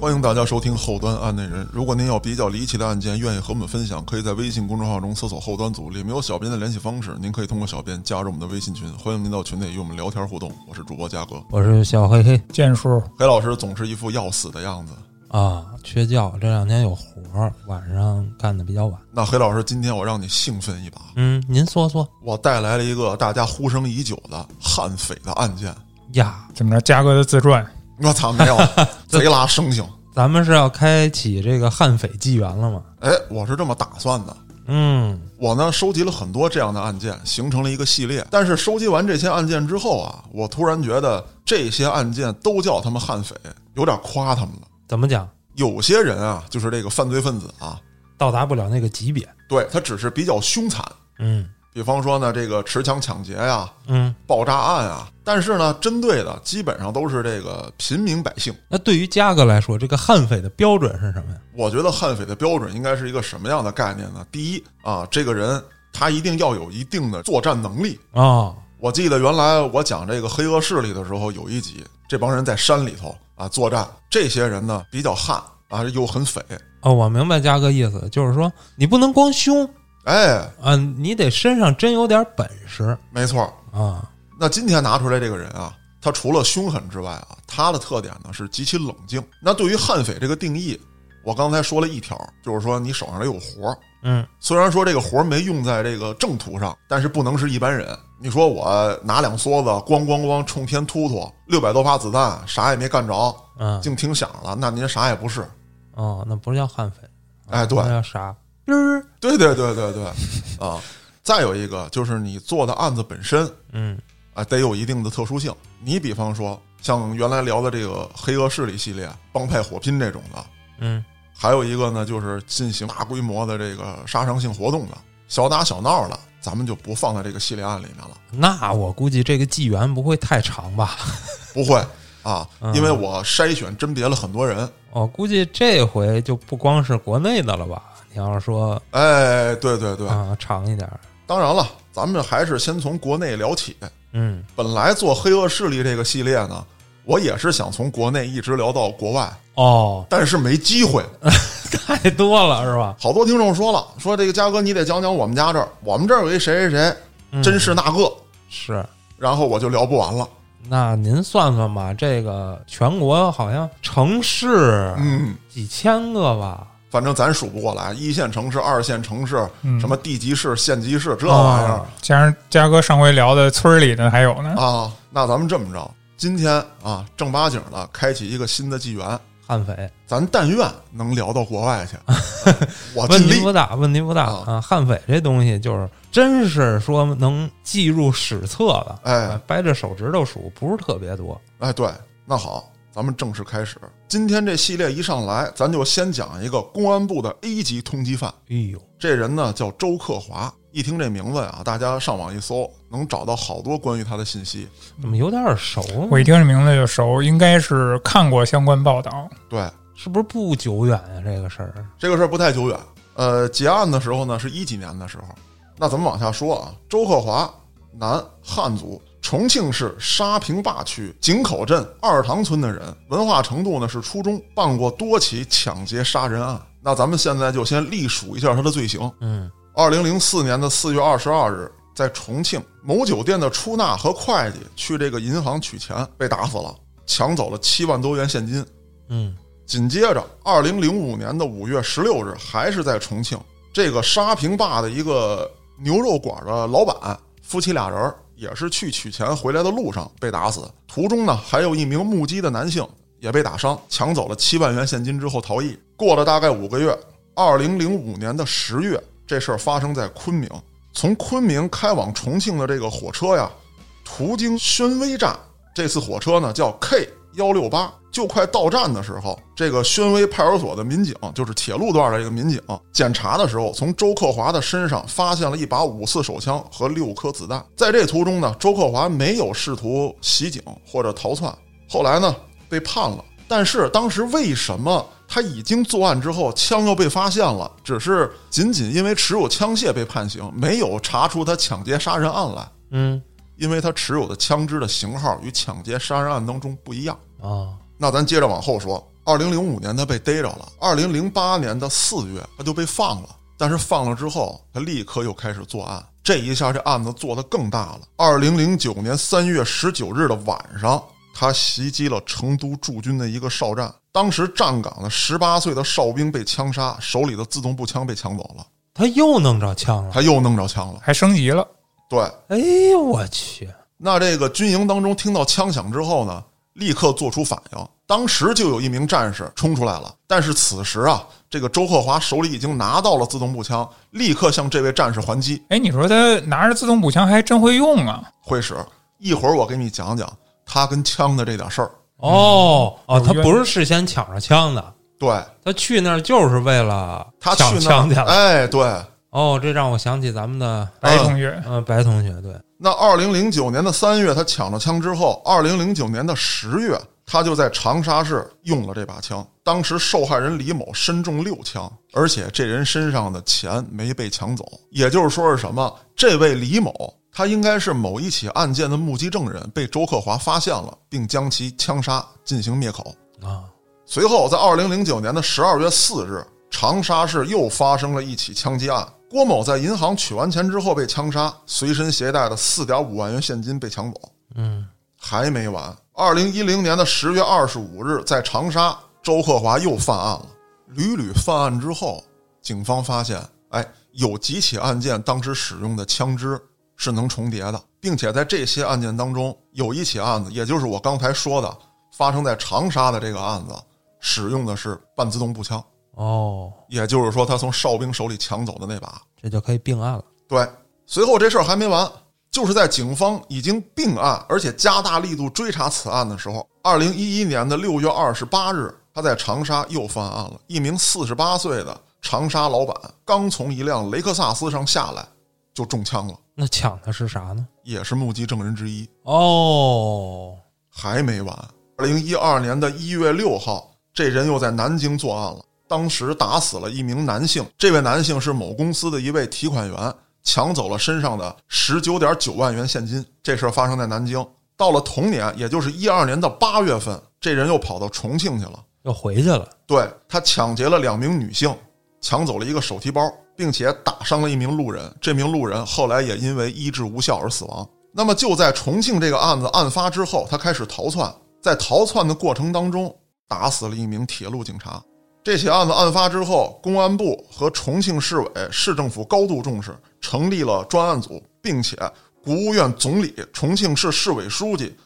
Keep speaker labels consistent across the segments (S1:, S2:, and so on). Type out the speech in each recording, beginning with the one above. S1: 欢迎大家收听《后端案内人》。如果您有比较离奇的案件，愿意和我们分享，可以在微信公众号中搜索“后端组”，里面有小编的联系方式，您可以通过小编加入我们的微信群。欢迎您到群内与我们聊天互动。我是主播嘉哥，
S2: 我是小黑黑
S3: 剑叔
S1: 黑老师总是一副要死的样子。
S2: 啊，缺觉，这两天有活儿，晚上干的比较晚。
S1: 那黑老师，今天我让你兴奋一把，
S2: 嗯，您说说
S1: 我带来了一个大家呼声已久的悍匪的案件。
S2: 呀，
S3: 怎么着？嘉哥的自传
S1: 我操，没有，贼拉生性。
S2: 咱们是要开启这个悍匪纪元了吗？
S1: 哎，我是这么打算的。
S2: 嗯，
S1: 我呢收集了很多这样的案件，形成了一个系列。但是收集完这些案件之后啊，我突然觉得这些案件都叫他们悍匪，有点夸他们了。
S2: 怎么讲？
S1: 有些人啊，就是这个犯罪分子啊，
S2: 到达不了那个级别。
S1: 对他只是比较凶残，
S2: 嗯
S1: 比方说呢，这个持枪抢劫呀、
S2: 嗯，
S1: 爆炸案啊，但是呢，针对的基本上都是这个平民百姓。
S2: 那对于嘉哥来说，这个悍匪的标准是什么呀？
S1: 我觉得悍匪的标准应该是一个什么样的概念呢？第一啊，这个人他一定要有一定的作战能力，
S2: 啊、
S1: 我记得原来我讲这个黑恶势力的时候，有一集这帮人在山里头啊作战，这些人呢比较悍啊，又很匪，
S2: 哦，我明白嘉哥意思，就是说你不能光凶
S1: 哎，
S2: 啊，你得身上真有点本事
S1: 没错儿。
S2: 啊。
S1: 那今天拿出来这个人啊，他除了凶狠之外啊，他的特点呢是极其冷静。那对于悍匪这个定义，我刚才说了一条，就是说你手上得有活儿。
S2: 嗯
S1: 虽然说这个活儿没用在这个正途上，但是不能是一般人。你说我拿两梭子咣咣咣冲天突突，六百多发子弹，啥也没干着，
S2: 嗯
S1: 净听响了，那您啥也不是。
S2: 哦，那不是叫悍匪，
S1: 哎对
S2: 那叫啥？嗯嘚儿
S1: 对对对对对，啊，再有一个就是你做的案子本身
S2: 嗯
S1: 啊，得有一定的特殊性。你比方说，像原来聊的这个黑恶势力系列、帮派火拼这种的，
S2: 嗯
S1: 还有一个呢就是进行大规模的这个杀伤性活动的，小打小闹的，咱们就不放在这个系列案里面了。
S2: 那我估计这个纪元不会太长吧？
S1: 不会啊，
S2: 嗯
S1: 因为我筛选甄别了很多人。
S2: 我估计这回就不光是国内的了吧？你要是说
S1: 哎，对对对，
S2: 啊、长一点儿，
S1: 当然了，咱们还是先从国内聊起。
S2: 嗯
S1: 本来做黑恶势力这个系列呢，我也是想从国内一直聊到国外，
S2: 哦，
S1: 但是没机会。
S2: 太多了是吧？
S1: 好多听众说了，说这个嘉哥你得讲讲我们家这儿，我们这儿有一谁谁谁，
S2: 嗯
S1: 真是那个，
S2: 是。
S1: 然后我就聊不完了。
S2: 那您算算吧，这个全国好像城市
S1: 嗯，
S2: 几千个吧？
S1: 反正咱数不过来，一线城市、二线城市，
S3: 嗯
S1: 什么地级市、县级市这玩意
S2: 啊
S1: 儿
S3: 加上嘉哥上回聊的村儿里的还有呢，
S1: 啊。那咱们这么着，今天啊正八经的开启一个新的纪元，
S2: 悍匪？
S1: 咱但愿能聊到国外 去，我
S2: 问
S1: 哦尽
S2: 题
S1: 力
S2: 不。大，问题不大
S1: 啊
S2: 啊！悍匪这东西就是，真是说能记入史册的，
S1: 哎，
S2: 掰着手指头数，不是特别多。
S1: 哎，对，那好，咱们正式开始。今天这系列一上来，咱就先讲一个公安部的 A 级通缉犯。
S2: 哎呦，
S1: 这人呢叫周克华，一听这名字啊，大家上网一搜，能找到好多关于他的信息。
S2: 怎么有点耳熟？
S3: 我一听这名字就熟，应该是看过相关报道。
S1: 对，
S2: 是不是不久远呀、这个事儿，
S1: 这个事儿不太久远，呃，结案的时候呢是一几年的时候。那咱们往下说啊，周克华，男，汉族，重庆市沙坪坝区井口镇二塘村的人，文化程度呢是初中，办过多起抢劫杀人案。那咱们现在就先历数一下他的罪行。
S2: 嗯，
S1: 二零零四年的四月二十二日，在重庆某酒店的出纳和会计去这个银行取钱，被打死了，抢走了七万多元现金。
S2: 嗯，
S1: 紧接着，二零零五年的五月十六日，还是在重庆这个沙坪坝的一个牛肉馆的老板，夫妻俩人儿也是去取钱回来的路上被打死，途中呢还有一名目击的男性也被打伤，抢走了七万元现金之后逃逸。过了大概五个月，二零零五年的十月，这事儿发生在昆明，从昆明开往重庆的这个火车呀，途经宣威站，这次火车呢叫 K 幺六八，就快到站的时候，这个宣威派出所的民警，就是铁路段的这个民警，检查的时候，从周克华的身上发现了一把五四手枪和六颗子弹。在这途中呢，周克华没有试图袭警或者逃窜，后来呢被判了。但是当时为什么他已经作案之后枪又被发现了，只是仅仅因为持有枪械被判刑，没有查出他抢劫杀人案来？
S2: 嗯，
S1: 因为他持有的枪支的型号与抢劫杀人案当中不一样。
S2: 啊、
S1: 那咱接着往后说，二零零五年他被逮着了，二零零八年的四月他就被放了，但是放了之后他立刻又开始作案，这一下这案子做得更大了。二零零九年三月十九日的晚上，他袭击了成都驻军的一个哨站，当时站岗的十八岁的哨兵被枪杀，手里的自动步枪被抢走了，
S2: 他又弄着枪了。
S1: 他又弄着枪了。
S3: 还升级了，
S1: 对，
S2: 哎呦我去！
S1: 那这个军营当中听到枪响之后呢，立刻做出反应，当时就有一名战士冲出来了。但是此时啊，这个周克华手里已经拿到了自动步枪，立刻向这位战士还击，
S3: 哎，你说他拿着自动步枪还真会用啊！
S1: 会使。一会儿我给你讲讲他跟枪的这点事儿。
S2: 哦哦，
S3: 有
S2: 他
S3: 冤
S2: 不是事先抢着枪的，
S1: 对
S2: 他去那儿就是为了
S1: 他去
S2: 抢
S1: 那
S2: 枪去
S1: 儿，
S2: 了。
S1: 哎，对。
S2: 哦，这让我想起咱们的
S3: 白同学，
S2: 嗯、呃白同学，对，
S1: 那二零零九年的三月，他抢了枪之后，二零零九年的十月，他就在长沙市用了这把枪。当时受害人李某身中六枪，而且这人身上的钱没被抢走，也就是说是什么？这位李某，他应该是某一起案件的目击证人，被周克华发现了，并将其枪杀进行灭口。
S2: 啊，
S1: 随后，在二零零九年的十二月四日，长沙市又发生了一起枪击案。郭某在银行取完钱之后被枪杀，随身携带的四点五万元现金被抢走。
S2: 嗯，
S1: 还没完，二零一零年的十月二十五日，在长沙，周克华又犯案了。屡屡犯案之后，警方发现，哎，有几起案件当时使用的枪支是能重叠的，并且在这些案件当中，有一起案子，也就是我刚才说的发生在长沙的这个案子，使用的是半自动步枪，
S2: 哦，
S1: 也就是说，他从哨兵手里抢走的那把。
S2: 这就可以并案了。
S1: 对，随后这事儿还没完，就是在警方已经并案，而且加大力度追查此案的时候，二零一一年的六月二十八日，他在长沙又犯案了。一名四十八岁的长沙老板刚从一辆雷克萨斯上下来，就中枪了，
S2: 那抢的是啥呢？
S1: 也是目击证人之一。
S2: 哦，
S1: 还没完，二零一二年的一月六号，这人又在南京作案了。当时打死了一名男性，这位男性是某公司的一位提款员，抢走了身上的十九点九万元现金。这事儿发生在南京。到了同年，也就是一二年的八月份，这人又跑到重庆去了。
S2: 又回去了。
S1: 对他抢劫了两名女性，抢走了一个手提包，并且打伤了一名路人。这名路人后来也因为医治无效而死亡。那么就在重庆这个案子案发之后，他开始逃窜，在逃窜的过程当中，打死了一名铁路警察。这起案子案发之后，公安部和重庆市委、市政府高度重视，成立了专案组，并且国务院总理、重庆市市委书记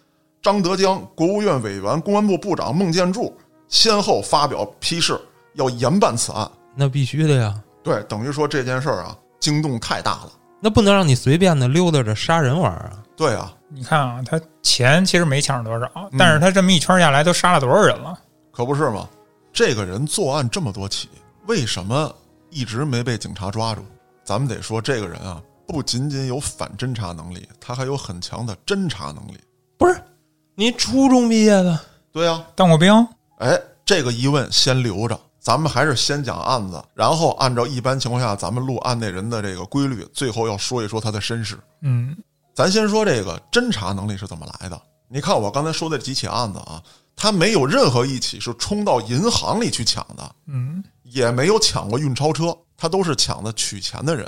S1: 张德江、国务院委员、公安部部长孟建柱先后发表批示，要严办此案。
S2: 那必须的呀，
S1: 对，等于说这件事儿啊，惊动太大了。
S2: 那不能让你随便的溜达着杀人玩儿啊！
S1: 对啊，
S3: 你看啊，他钱其实没抢着多
S1: 嗯
S3: 少，但是他这么一圈下来都杀了多少人了？
S1: 可不是嘛。这个人作案这么多起，为什么一直没被警察抓住？咱们得说，这个人啊，不仅仅有反侦查能力，他还有很强的侦查能力。
S2: 不是，你初中毕业的，
S1: 对啊，
S3: 当过兵，
S1: 哎，这个疑问先留着，咱们还是先讲案子，然后按照一般情况下咱们录案内人的这个规律，最后要说一说他的身世。
S3: 嗯，
S1: 咱先说这个侦查能力是怎么来的。你看我刚才说的几起案子啊，他没有任何一起是冲到银行里去抢的，
S3: 嗯，
S1: 也没有抢过运钞车，他都是抢的取钱的人。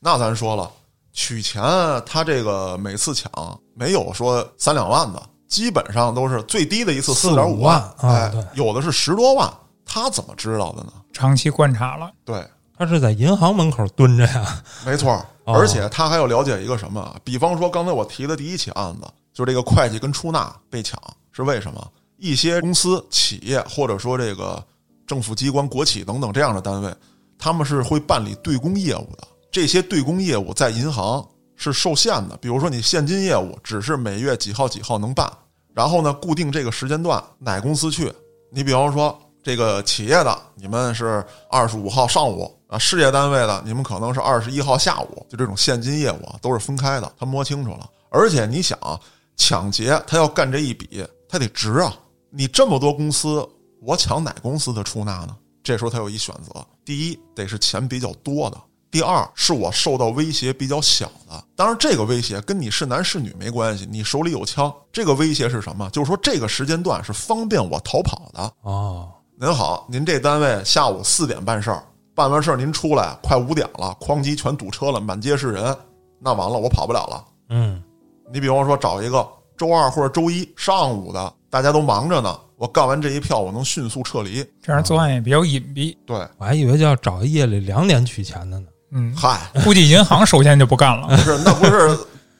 S1: 那咱说了，取钱他这个每次抢没有说三两万的，基本上都是最低的一次
S2: 四
S1: 四点
S2: 五
S1: 万，
S2: 万啊
S1: 哎
S2: 对，
S1: 有的是十多万。他怎么知道的呢？
S3: 长期观察了，
S1: 对，
S2: 他是在银行门口蹲着呀。
S1: 没错儿，
S2: 哦
S1: 而且他还要了解一个什么啊？比方说刚才我提的第一起案子，就是这个会计跟出纳被抢是为什么？一些公司、企业或者说这个政府机关、国企等等这样的单位，他们是会办理对公业务的。这些对公业务在银行是受限的，比如说你现金业务只是每月几号几号能办，然后呢固定这个时间段哪公司去。你比方说这个企业的，你们是二十五号上午啊，事业单位的你们可能是二十一号下午，就这种现金业务啊都是分开的，他摸清楚了。而且你想啊，抢劫他要干这一笔，他得值啊。你这么多公司，我抢哪公司的出纳呢？这时候他有一选择：第一，得是钱比较多的；第二，是我受到威胁比较小的。当然，这个威胁跟你是男是女没关系，你手里有枪，这个威胁是什么？就是说这个时间段是方便我逃跑的。
S2: 哦，
S1: 您好，您这单位下午四点办事儿，办完事儿您出来，快五点了，哐叽全堵车了，满街是人，那完了，我跑不了了。
S2: 嗯
S1: 你比方说找一个周二或者周一上午的，大家都忙着呢，我干完这一票，我能迅速撤离。
S3: 这样作案也比较隐蔽。
S1: 对，
S2: 我还以为就要找夜里两点取钱的呢。
S3: 嗯，
S1: 嗨，
S3: 估计银行首先就不干了
S1: 不。是，那不是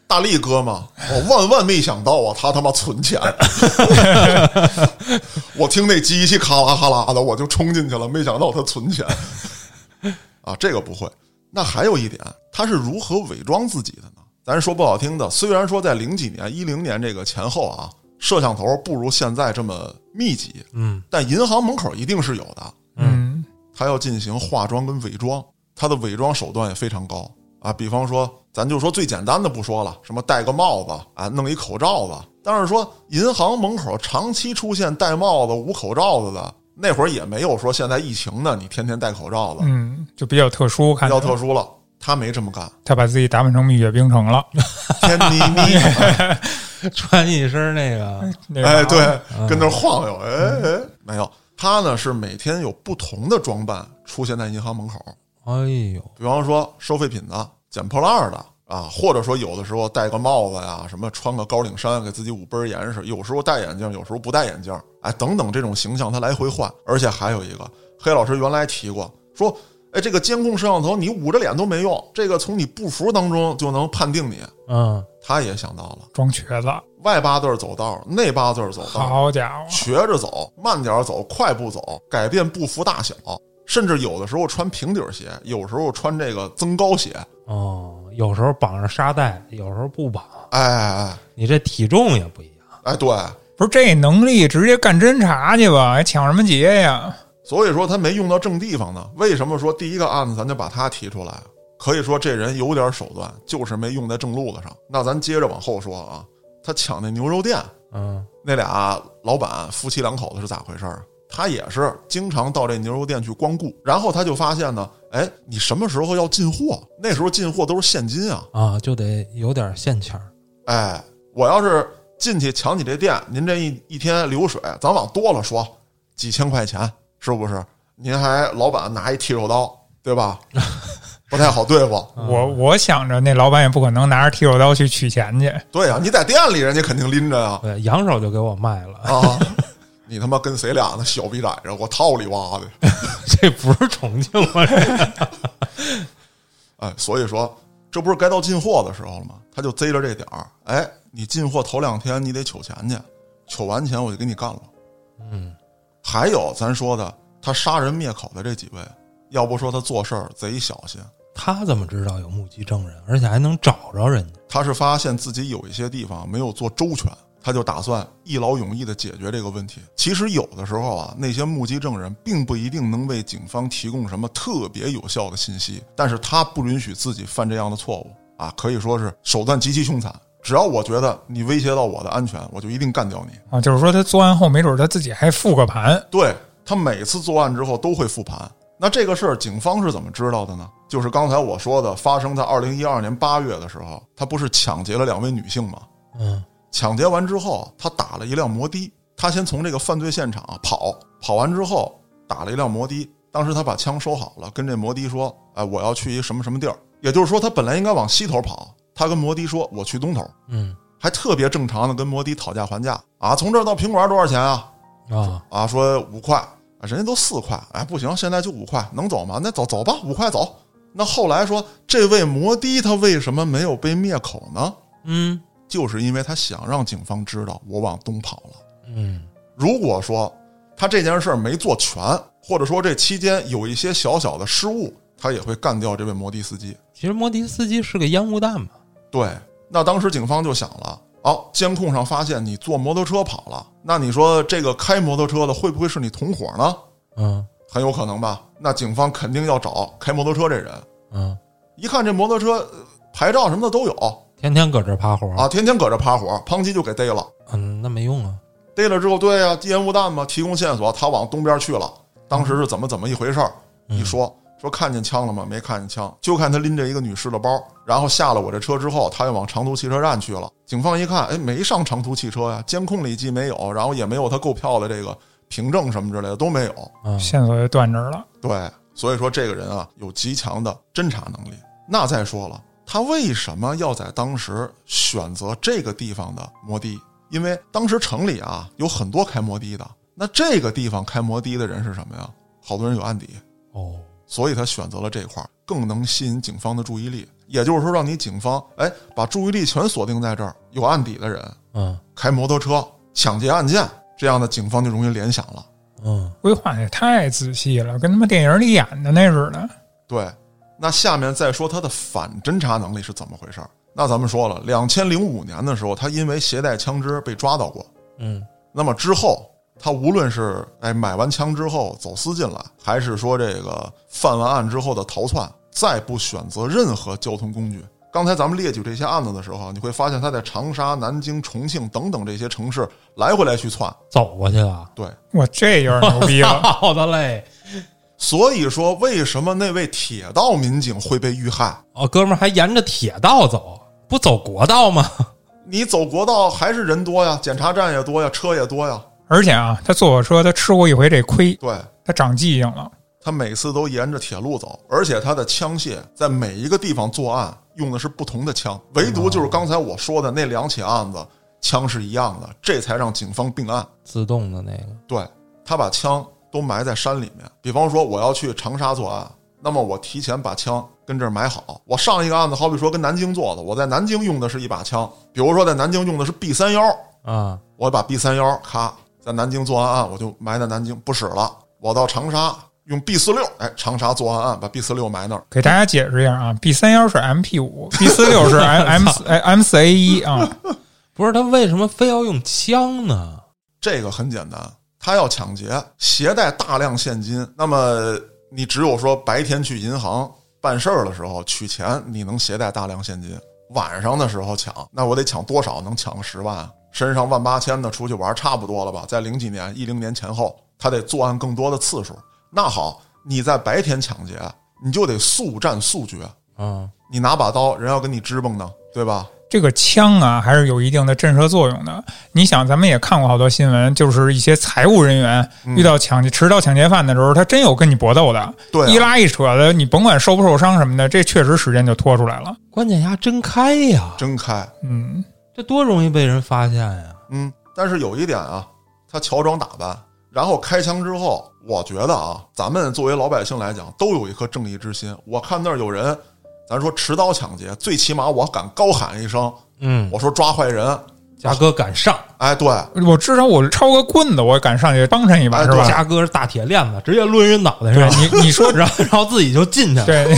S1: 大力哥吗？我万万没想到啊，他他妈存钱！ 我听那机器咔啦咔啦的，我就冲进去了，没想到他存钱。啊，这个不会。那还有一点，他是如何伪装自己的呢？咱说不好听的，虽然说在零几年、一零年这个前后啊，摄像头不如现在这么密集，
S2: 嗯
S1: 但银行门口一定是有的。
S3: 嗯，
S1: 他要进行化妆跟伪装，他的伪装手段也非常高啊。比方说，咱就说最简单的不说了，什么戴个帽子啊，弄一口罩子。但是说银行门口长期出现戴帽子、无口罩子的，那会儿也没有说现在疫情呢，你天天戴口罩子，
S3: 嗯，就比较特殊，
S1: 比
S3: 看着
S1: 较特殊了。他没这么干，
S3: 他把自己打扮成蜜雪冰城 了。
S1: 哎天妮 妮，
S3: 哎
S2: 穿一身那个，
S3: 那
S1: 哎，
S3: 个
S1: 对，
S3: 嗯
S1: 跟那儿晃悠，哎哎，没有。他呢是每天有不同的装扮出现在银行门口，
S2: 哎呦，
S1: 比方说收废品的、捡破烂儿的啊，或者说有的时候戴个帽子呀，什么穿个高领衫给自己捂倍儿严实，有时候戴眼镜，有时候不戴眼镜，哎，等等这种形象他来回换。而且还有一个，黑老师原来提过说，哎，这个监控摄像头你捂着脸都没用，这个从你步幅当中就能判定你。
S2: 嗯，
S1: 他也想到了，
S3: 装瘸子，
S1: 外八字儿走道，内八字儿走道，
S3: 好家伙，
S1: 瘸着走，慢点儿走，快步走，改变步幅大小，甚至有的时候穿平底儿鞋，有时候穿这个增高鞋。
S2: 哦，有时候绑着沙袋，有时候不绑，
S1: 哎哎
S2: 你这体重也不一样。
S1: 哎，哎，对，
S3: 不是这能力直接干侦查去吧？还抢什么劫呀？
S1: 所以说他没用到正地方呢。为什么说第一个案子咱就把他提出来？啊可以说这人有点手段，就是没用在正路子上。那咱接着往后说啊，他抢那牛肉店
S2: 嗯
S1: 那俩老板夫妻两口子是咋回事儿啊？他也是经常到这牛肉店去光顾，然后他就发现呢，哎，你什么时候要进货？那时候进货都是现金啊，
S2: 啊，就得有点现钱儿。
S1: 哎，我要是进去抢你这店，您这一一天流水，咱往多了说，几千块钱是不是？您还老板拿一剃手刀，对吧？不太好对付。
S3: 我我想着那老板也不可能拿着剃手刀去取钱去，
S1: 对呀、你在店里人家肯定拎着呀
S2: 对，哎扬手就给我卖了，
S1: 啊。你他妈跟谁俩呢？小逼崽子，我套里挖的。
S2: 这不是重庆 吗？
S1: 哎，所以说这不是该到进货的时候了吗？他就贼着这点儿，哎，你进货头两天你得取钱去，取完钱我就给你干了。
S2: 嗯，
S1: 还有咱说的他杀人灭口的这几位，要不说他做事儿贼小心，
S2: 他怎么知道有目击证人，而且还能找着人家？
S1: 他是发现自己有一些地方没有做周全，他就打算一劳永逸地解决这个问题。其实有的时候啊，那些目击证人并不一定能为警方提供什么特别有效的信息，但是他不允许自己犯这样的错误啊，可以说是手段极其凶残。只要我觉得你威胁到我的安全，我就一定干掉你。
S3: 啊，就是说他作案后没准他自己还复个盘，
S1: 对他每次作案之后都会复盘。那这个事儿，警方是怎么知道的呢？就是刚才我说的，发生在二零一二年八月的时候，他不是抢劫了两位女性吗？
S2: 嗯
S1: 抢劫完之后，他打了一辆摩的，他先从这个犯罪现场跑，跑完之后打了一辆摩的。当时他把枪收好了，跟这摩的说：“哎，我要去一什么什么地儿。”也就是说，他本来应该往西头跑，他跟摩的说：“我去东头。
S2: 嗯”
S1: 还特别正常的跟摩的讨价还价啊，从这儿到平馆多少钱啊？
S2: 啊，
S1: 啊，说五块，啊人家都四块，哎，不行，现在就五块，能走吗？那走走吧，五块走。那后来说，这位摩的他为什么没有被灭口呢？
S2: 嗯
S1: 就是因为他想让警方知道我往东跑了。
S2: 嗯
S1: 如果说他这件事儿没做全，或者说这期间有一些小小的失误，他也会干掉这位摩的司机。
S2: 其实摩的司机是个烟雾弹嘛。
S1: 对，那当时警方就想了，哦，监控上发现你坐摩托车跑了，那你说这个开摩托车的会不会是你同伙呢？
S2: 嗯
S1: 很有可能吧？那警方肯定要找开摩托车这人。
S2: 嗯，
S1: 一看这摩托车呃牌照什么的都有
S2: 天天搁这趴活儿
S1: 啊，天天搁这趴活，砰叽就给逮了。
S2: 嗯，那没用啊。
S1: 逮了之后，对呀、烟雾弹嘛，提供线索，他往东边去了。当时是怎么怎么一回事儿？
S2: 嗯
S1: 一说说看见枪了吗？没看见枪，就看他拎着一个女士的包，然后下了我这车之后，他又往长途汽车站去了。警方一看，哎，没上长途汽车呀、监控里既没有，然后也没有他购票的这个凭证什么之类的都没有。
S2: 啊，
S3: 线索就断这儿了。
S1: 对，所以说这个人啊有极强的侦查能力。那再说了，他为什么要在当时选择这个地方的摩的？因为当时城里啊有很多开摩的的，那这个地方开摩的的人是什么呀？好多人有案底，
S2: 哦，
S1: 所以他选择了这块儿，更能吸引警方的注意力。也就是说，让你警方哎把注意力全锁定在这儿，有案底的人
S2: 嗯
S1: 开摩托车抢劫案件这样的，警方就容易联想了。
S2: 嗯，
S3: 规划也太仔细了，跟他妈电影里演的那似的。
S1: 对，那下面再说他的反侦查能力是怎么回事儿。那咱们说了，两千零五年的时候，他因为携带枪支被抓到过。
S2: 嗯，
S1: 那么之后，他无论是哎买完枪之后走私进来，还是说这个犯完案之后的逃窜，再不选择任何交通工具。刚才咱们列举这些案子的时候，你会发现他在长沙、南京、重庆等等这些城市来回来去窜。
S2: 走啊过去 了，
S1: 对，
S3: 我这有点牛 逼了，
S2: 好的嘞。
S1: 所以说为什么那位铁道民警会被遇害？
S2: 哦，哥们儿还沿着铁道走，不走国道吗？
S1: 你走国道还是人多呀，检查站也多呀，车也多呀。
S3: 而且啊，他坐火车，他吃过一回这亏，
S1: 对
S3: 他长记性了。
S1: 他每次都沿着铁路走，而且他的枪械在每一个地方作案用的是不同的枪，唯独就是刚才我说的那两起案子，枪是一样的，这才让警方并案。
S2: 自动的那个，
S1: 对他把枪都埋在山里面，比方说我要去长沙作案，那么我提前把枪跟这儿埋好。我上一个案子好比说跟南京做的，我在南京用的是一把枪，比如说在南京用的是 B 三幺，
S2: 啊，
S1: 我把 B 三幺咔在南京做完案，我就埋在南京不使了。我到长沙用 B 四六，哎，长沙做完案把 B 四六埋那儿。
S3: 给大家解释一下啊，B 三幺是 MP 五，B 四六是 M M 四 M 四 A 一啊。
S2: 不是他为什么非要用枪呢？
S1: 这个很简单，他要抢劫，携带大量现金，那么你只有说白天去银行办事儿的时候取钱，你能携带大量现金。晚上的时候抢，那我得抢多少？能抢个十万啊？身上万八千的，出去玩差不多了吧？在零几年、一零年前后，他得作案更多的次数。那好，你在白天抢劫，你就得速战速决。
S2: 啊，
S1: 你拿把刀，人要跟你支蹦呢，对吧？
S3: 这个枪啊，还是有一定的震慑作用的。你想，咱们也看过好多新闻，就是一些财务人员
S1: 嗯
S3: 遇到抢劫、持刀抢劫犯的时候，他真有跟你搏斗的，
S1: 对啊
S3: 一拉一扯的，你甭管受不受伤什么的，这确实时间就拖出来了。
S2: 关键呀，真开呀，
S1: 真开，
S3: 嗯，
S2: 这多容易被人发现呀！
S1: 嗯。但是有一点啊，他乔装打扮，然后开枪之后，我觉得啊，咱们作为老百姓来讲，都有一颗正义之心。我看那儿有人，咱说持刀抢劫，最起码我敢高喊一声，
S2: 嗯，
S1: 我说抓坏人。
S2: 嘉哥敢上，
S1: 哎，对，
S3: 我至少我抄个棍子，我敢上去帮衬一把，
S1: 哎
S3: 是
S1: 对
S3: 吧？
S2: 嘉哥是大铁链子，直接抡人脑袋上，
S3: 你 你说
S2: 然 后然后自己就进去了。
S3: 对，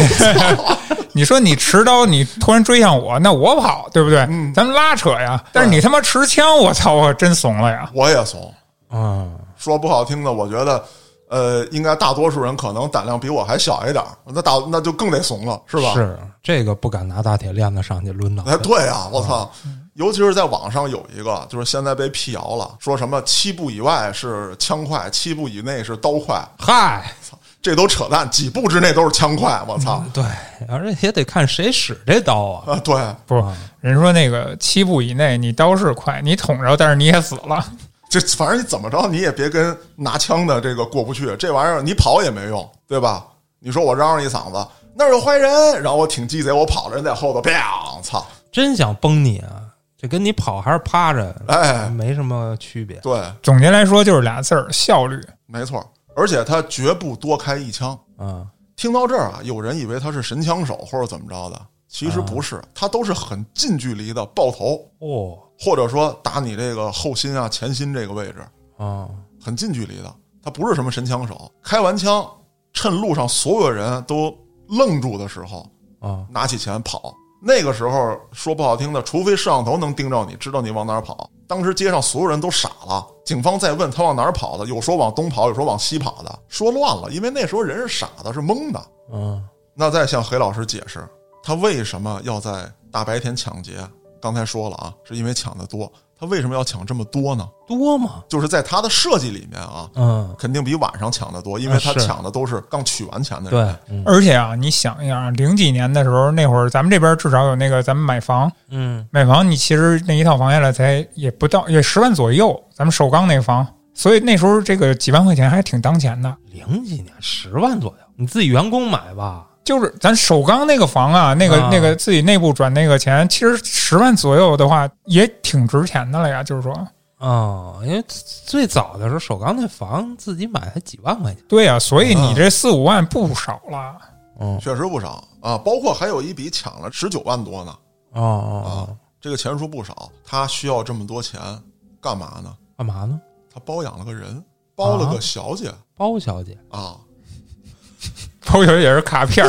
S3: 你说你持刀，你突然追向我，那我跑，对不对？
S1: 嗯
S3: 咱们拉扯呀。但是你他妈持枪，我操，我真怂了呀！
S1: 我也怂。
S2: 嗯，
S1: 说不好听的，我觉得，呃，应该大多数人可能胆量比我还小一点儿，那大那就更得怂了，是吧？
S2: 是这个不敢拿大铁链子上去抡脑袋
S1: 哎，。对啊，我操！尤其是在网上有一个，就是现在被辟谣了，说什么七步以外是枪快，七步以内是刀快，
S2: 嗨，
S1: 这都扯淡，几步之内都是枪快，我操！
S2: 对，而且也得看谁使这刀啊。
S1: 啊，对，
S3: 不，人说那个七步以内，你刀是快，你捅着，但是你也死了。
S1: 这反正你怎么着，你也别跟拿枪的这个过不去，这玩意儿你跑也没用，对吧？你说我嚷嚷一嗓子，那儿有坏人，然后我挺鸡贼，我跑了，人在后头，砰！操！
S2: 真想崩你啊，这跟你跑还是趴着，
S1: 哎，
S2: 没什么区别。
S1: 对，
S3: 总结来说就是俩字儿：效率。
S1: 没错，而且他绝不多开一枪，
S2: 嗯，
S1: 听到这儿啊，有人以为他是神枪手或者怎么着的，其实不是，他都是很近距离的爆头，
S2: 哦，
S1: 或者说打你这个后心啊、前心这个位置，
S2: 啊，
S1: 很近距离的。他不是什么神枪手，开完枪，趁路上所有人都愣住的时候，
S2: 啊，
S1: 拿起钱跑。那个时候说不好听的，除非摄像头能盯着你，知道你往哪儿跑。当时街上所有人都傻了，警方在问他往哪儿跑的，有说往东跑，有说往西跑的，说乱了，因为那时候人是傻的，是懵的。
S2: 嗯，
S1: 那再向黑老师解释，他为什么要在大白天抢劫？刚才说了啊，是因为抢的多。他为什么要抢这么多呢？
S2: 多嘛，
S1: 就是在他的设计里面啊，
S2: 嗯，
S1: 肯定比晚上抢的多，因为他
S2: 啊是
S1: 抢的都是刚取完钱的
S2: 对
S1: 人。，
S2: 嗯
S3: 而且啊，你想一下，零几年的时候，那会儿咱们这边至少有那个，咱们买房，
S2: 嗯，
S3: 买房你其实那一套房下来才也不到也十万左右，咱们首钢那房。所以那时候这个几万块钱还挺当钱的。
S2: 零几年十万左右，你自己员工买吧，
S3: 就是咱首钢那个房啊，那个、
S2: 啊
S3: 那个自己内部转那个钱，其实十万左右的话也挺值钱的了呀。就是说，
S2: 啊、因为最早的时候首钢那房自己买才几万块钱，
S3: 对呀、所以
S1: 啊
S3: 你这四五万不少了。
S2: 嗯，
S1: 确实不少啊。包括还有一笔抢了十九万多呢，
S2: 哦哦，
S1: 这个钱数不少。他需要这么多钱干嘛呢？
S2: 哦干嘛呢？
S1: 他包养了个人，包
S2: 啊
S1: 了个小姐
S2: 包小姐，
S1: 啊。
S3: 包邮也是卡片儿，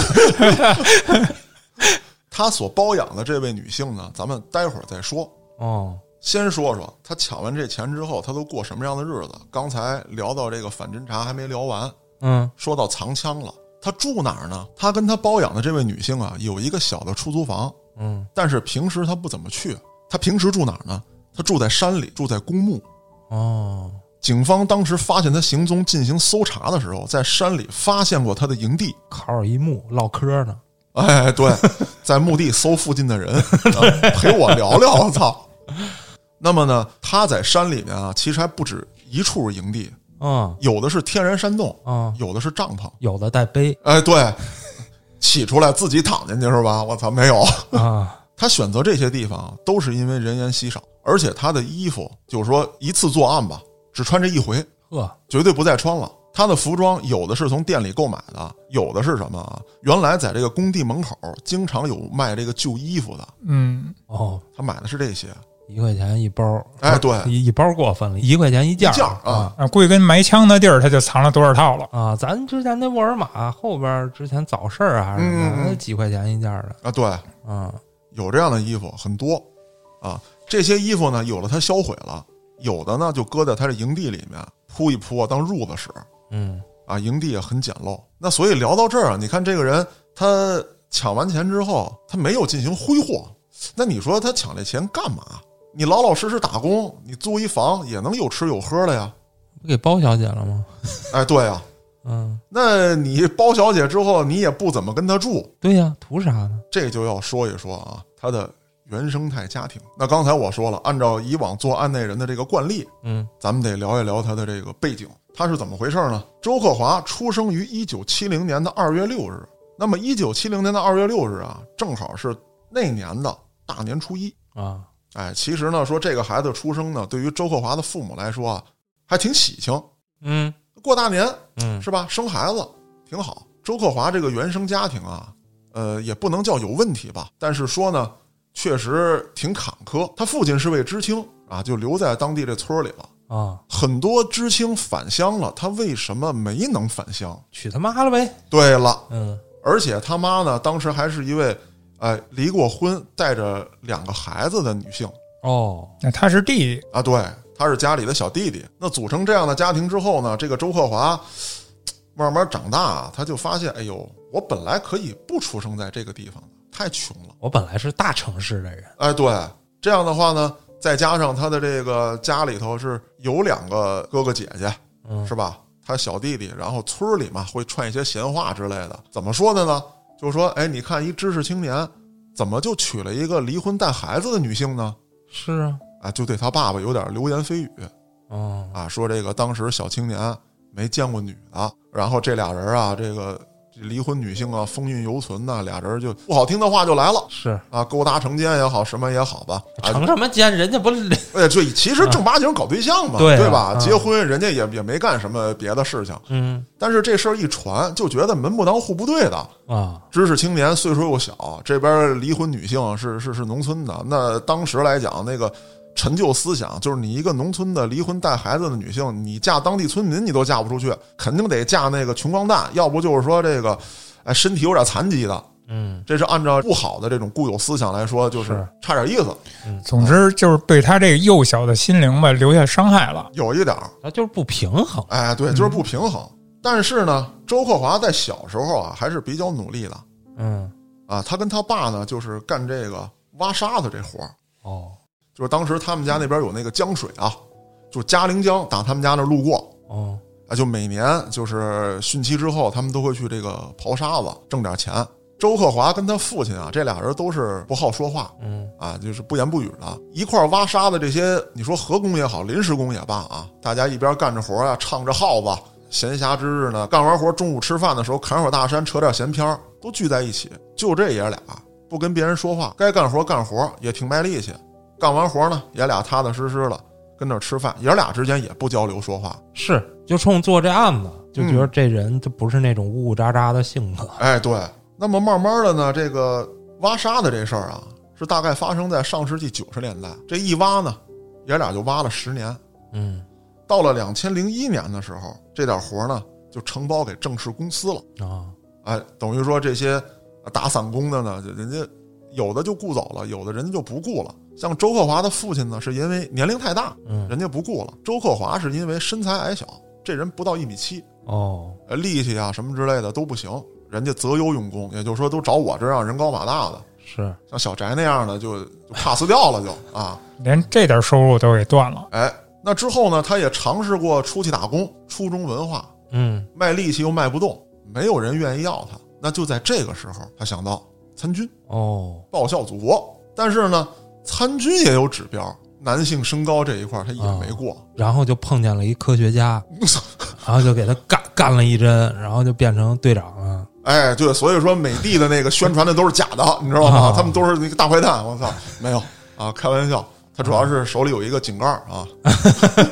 S1: 他所包养的这位女性呢，咱们待会儿再说。
S2: 哦，
S1: 先说说他抢完这钱之后，他都过什么样的日子？刚才聊到这个反侦查还没聊完，
S2: 嗯，
S1: 说到藏枪了。他住哪儿呢？他跟他包养的这位女性啊，有一个小的出租房，
S2: 嗯，
S1: 但是平时他不怎么去。啊他平时住哪儿呢？他住在山里，住在公墓。
S2: 哦，
S1: 警方当时发现他行踪进行搜查的时候，在山里发现过他的营地。
S2: 烤耳一木唠嗑呢，
S1: 哎，对，在墓地搜附近的人，啊陪我聊聊。我操！那么呢，他在山里面啊，其实还不止一处营地，
S2: 嗯
S1: 有的是天然山洞，
S2: 嗯，
S1: 有的是帐篷。
S2: 有的带杯
S1: 哎，对，起出来自己躺进去是吧？我操，没有。
S2: 啊，
S1: 他选择这些地方啊都是因为人烟稀少，而且他的衣服就是说一次作案吧，只穿这一回，
S2: 呵，
S1: 绝对不再穿了。他的服装有的是从店里购买的，有的是什么啊？原来在这个工地门口经常有卖这个旧衣服的，
S3: 嗯，
S2: 哦，
S1: 他买的是这些
S2: 一块钱一包，
S1: 哎对
S2: 一一包过分了，一块钱一件
S1: 件
S2: 儿
S1: 儿啊
S2: 啊。
S3: 啊，估计跟埋枪的地儿，他就藏了多少套了。
S2: 啊，咱之前那沃尔玛后边儿之前早市儿啊还是什
S1: 嗯嗯
S2: 么，
S1: 嗯
S2: 那几块钱一件儿的
S1: 啊，对，
S2: 啊，
S1: 有这样的衣服很多啊。这些衣服呢，有的他销毁了，有的呢就搁在他这营地里面铺一铺啊，当褥子使
S2: 嗯
S1: 啊。营地也很简陋，那所以聊到这儿啊，你看这个人他抢完钱之后，他没有进行挥霍，那你说他抢这钱干嘛？你老老实实打工，你租一房也能有吃有喝的呀。
S2: 不给包小姐了吗？
S1: 哎，对啊，
S2: 嗯，
S1: 那你包小姐之后，你也不怎么跟她住，
S2: 对呀、图啥呢？
S1: 这就要说一说啊，他的原生态家庭。那刚才我说了，按照以往做案内人的这个惯例，
S2: 嗯
S1: 咱们得聊一聊他的这个背景，他是怎么回事呢？周克华出生于一九七零年的二月六日，那么一九七零年的二月六日啊，正好是那年的大年初一。
S2: 啊，
S1: 哎，其实呢，说这个孩子出生呢，对于周克华的父母来说啊，还挺喜庆，
S2: 嗯
S1: 过大年
S2: 嗯
S1: 是吧？生孩子挺好。周克华这个原生家庭啊，呃，也不能叫有问题吧，但是说呢，确实挺坎坷。他父亲是位知青啊，就留在当地这村儿里了。
S2: 啊，
S1: 很多知青返乡了，他为什么没能返乡？
S2: 娶他妈了呗。
S1: 对了，
S2: 嗯
S1: 而且他妈呢，当时还是一位，哎，离过婚、带着两个孩子的女性
S2: 哦，
S3: 那他是弟弟，
S1: 啊，对，他是家里的小弟弟。那组成这样的家庭之后呢，这个周克华慢慢长大啊，他就发现，哎呦，我本来可以不出生在这个地方的，太穷了。
S2: 我本来是大城市的人，
S1: 哎，对，这样的话呢，再加上他的这个家里头是有两个哥哥姐姐，
S2: 嗯
S1: 是吧？他小弟弟，然后村儿里嘛会串一些闲话之类的，怎么说的呢？就说，哎，你看一知识青年，怎么就娶了一个离婚带孩子的女性呢？
S2: 是啊，
S1: 啊，就对他爸爸有点流言蜚语。
S2: 哦，
S1: 啊，说这个当时小青年没见过女的，然后这俩人啊，这个这离婚女性啊，风韵犹存呐、俩人就不好听的话就来了
S2: 是
S1: 啊，勾搭成奸也好，什么也好吧，啊，
S2: 成什么奸？人家不是
S1: 哎，对，其实正八经搞对象嘛，
S2: 对啊
S1: 吧？
S2: 嗯
S1: 结婚人家也也没干什么别的事情，
S2: 嗯
S1: 但是这事儿一传，就觉得门不当户不对的。
S2: 啊，
S1: 知识青年岁数又小，这边离婚女性是是是农村的，那当时来讲，那个陈旧思想就是你一个农村的离婚带孩子的女性，你嫁当地村民你都嫁不出去，肯定得嫁那个穷光蛋，要不就是说这个，哎，身体有点残疾的，
S2: 嗯
S1: 这是按照不好的这种固有思想来说，就是
S2: 是
S1: 差点意思，
S3: 总之就是对他这个幼小的心灵吧留下伤害了。
S1: 有一点儿，
S2: 他就是不平衡。
S1: 哎，对，就是不平衡。但是呢，周克华在小时候啊还是比较努力的
S2: 嗯
S1: 啊，他跟他爸呢就是干这个挖沙子这活儿。
S2: 哦
S1: 就是当时他们家那边有那个江水啊，就嘉陵江打他们家那儿路过
S2: 哦
S1: 啊，就每年就是汛期之后，他们都会去这个刨沙子挣点钱。周克华跟他父亲啊，这俩人都是不好说话
S2: 嗯
S1: 就是不言不语的，啊一块儿挖沙的这些，你说河工也好，临时工也罢啊，大家一边干着活啊，唱着号吧，闲暇之日呢，干完活中午吃饭的时候侃会儿大山，扯点闲篇儿，都聚在一起。就这爷俩啊不跟别人说话，该干活干活也挺卖力气，干完活呢，爷俩踏踏实实了。跟那儿吃饭，爷俩之间也不交流说话。
S2: 是就冲做这案子，就觉得这人就不是那种呜呜喳喳的性格。
S1: 哎，对。那么慢慢的呢，这个挖沙的这事儿啊，是大概发生在上世纪九十年代。这一挖呢，爷俩就挖了十年。
S2: 嗯，
S1: 到了两千零一年的时候，这点活儿呢就承包给正式公司了。
S2: 啊，
S1: 哎，等于说这些打散工的呢，就人家有的就雇走了，有的人家就不雇了。像周克华的父亲呢，是因为年龄太大，
S2: 嗯
S1: 人家不雇了；周克华是因为身材矮小，这人不到一米七，
S2: 哦，
S1: 呃，力气啊什么之类的都不行，人家择优用工，也就是说都找我这样人高马大的，
S2: 是
S1: 像小翟那样的就就 pass 掉了就啊，
S3: 连这点收入都给断了。
S1: 哎，那之后呢，他也尝试过出去打工，初中文化，
S2: 嗯
S1: 卖力气又卖不动，没有人愿意要他。那就在这个时候，他想到参军，
S2: 哦
S1: 报效祖国。但是呢，参军也有指标，男性身高这一块儿他也
S2: 啊
S1: 没过。
S2: 然后就碰见了一科学家，然后就给他干干了一针，然后就变成队长了。
S1: 哎，对，所以说美帝的那个宣传的都是假的，你知道吗
S2: 啊？
S1: 他们都是那个大坏蛋。我操，没有啊，开玩笑，他主
S2: 啊
S1: 要是手里有一个井盖儿啊。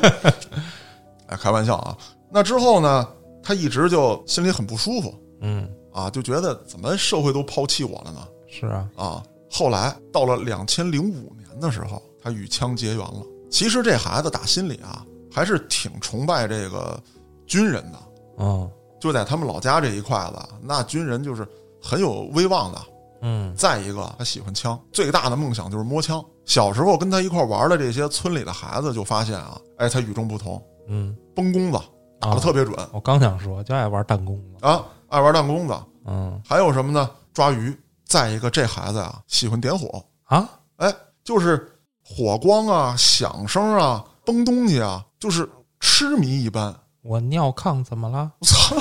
S1: 哎，开玩笑啊。那之后呢，他一直就心里很不舒服
S2: 嗯，
S1: 啊，就觉得怎么社会都抛弃我了呢？
S2: 是啊，
S1: 啊。后来到了两千零五年的时候，他与枪结缘了。其实这孩子打心里啊，还是挺崇拜这个军人的。
S2: 嗯
S1: 就在他们老家这一块子，那军人就是很有威望的。
S2: 嗯
S1: 再一个，他喜欢枪，最大的梦想就是摸枪。小时候跟他一块玩的这些村里的孩子就发现啊，哎，他与众不同，
S2: 嗯，
S1: 崩弓子打
S2: 啊
S1: 得特别准
S2: 我刚想说，就爱玩弹弓嘛。
S1: 啊，爱玩弹弓子，
S2: 嗯
S1: 还有什么呢？抓鱼。再一个，这孩子啊喜欢点火，
S2: 啊，
S1: 哎，就是火光啊、响声啊、崩东西啊，就是痴迷一般。
S2: 我尿炕怎么了？
S1: 我操，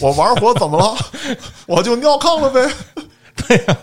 S1: 我玩火怎么 了？我就尿炕了呗。
S2: 对呀、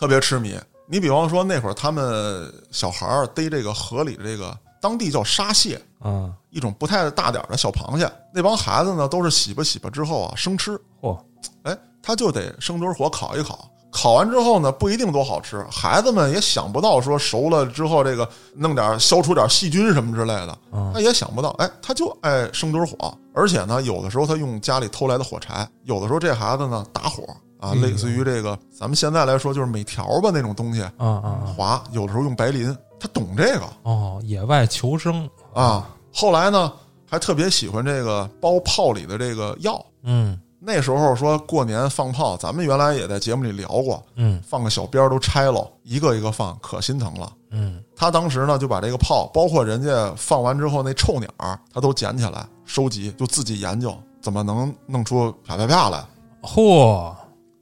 S1: 特别痴迷。你比方说那会儿他们小孩儿逮这个河里这个当地叫沙蟹，
S2: 嗯，
S1: 一种不太大点儿的小螃蟹。那帮孩子呢都是洗吧洗吧之后啊生吃，
S2: 嚯，
S1: 哎，他就得生堆火烤一烤。烤完之后呢，不一定多好吃，孩子们也想不到说熟了之后这个弄点儿消除点儿细菌什么之类的，他
S2: 嗯
S1: 也想不到，哎，他就爱生堆火，而且呢，有的时候他用家里偷来的火柴，有的时候这孩子呢打火啊，
S2: 嗯
S1: 类似于这个咱们现在来说就是镁条吧那种东西，
S2: 啊啊啊！
S1: 滑，有的时候用白磷，他懂这个
S2: 哦，野外求生，
S1: 啊。后来呢，还特别喜欢这个包炮里的这个药。
S2: 嗯
S1: 那时候说过年放炮，咱们原来也在节目里聊过，
S2: 嗯
S1: 放个小鞭儿都拆喽，一个一个放，可心疼了。
S2: 嗯，
S1: 他当时呢就把这个炮，包括人家放完之后那臭鸟儿，他都捡起来收集，就自己研究怎么能弄出啪啪啪来。
S2: 嚯，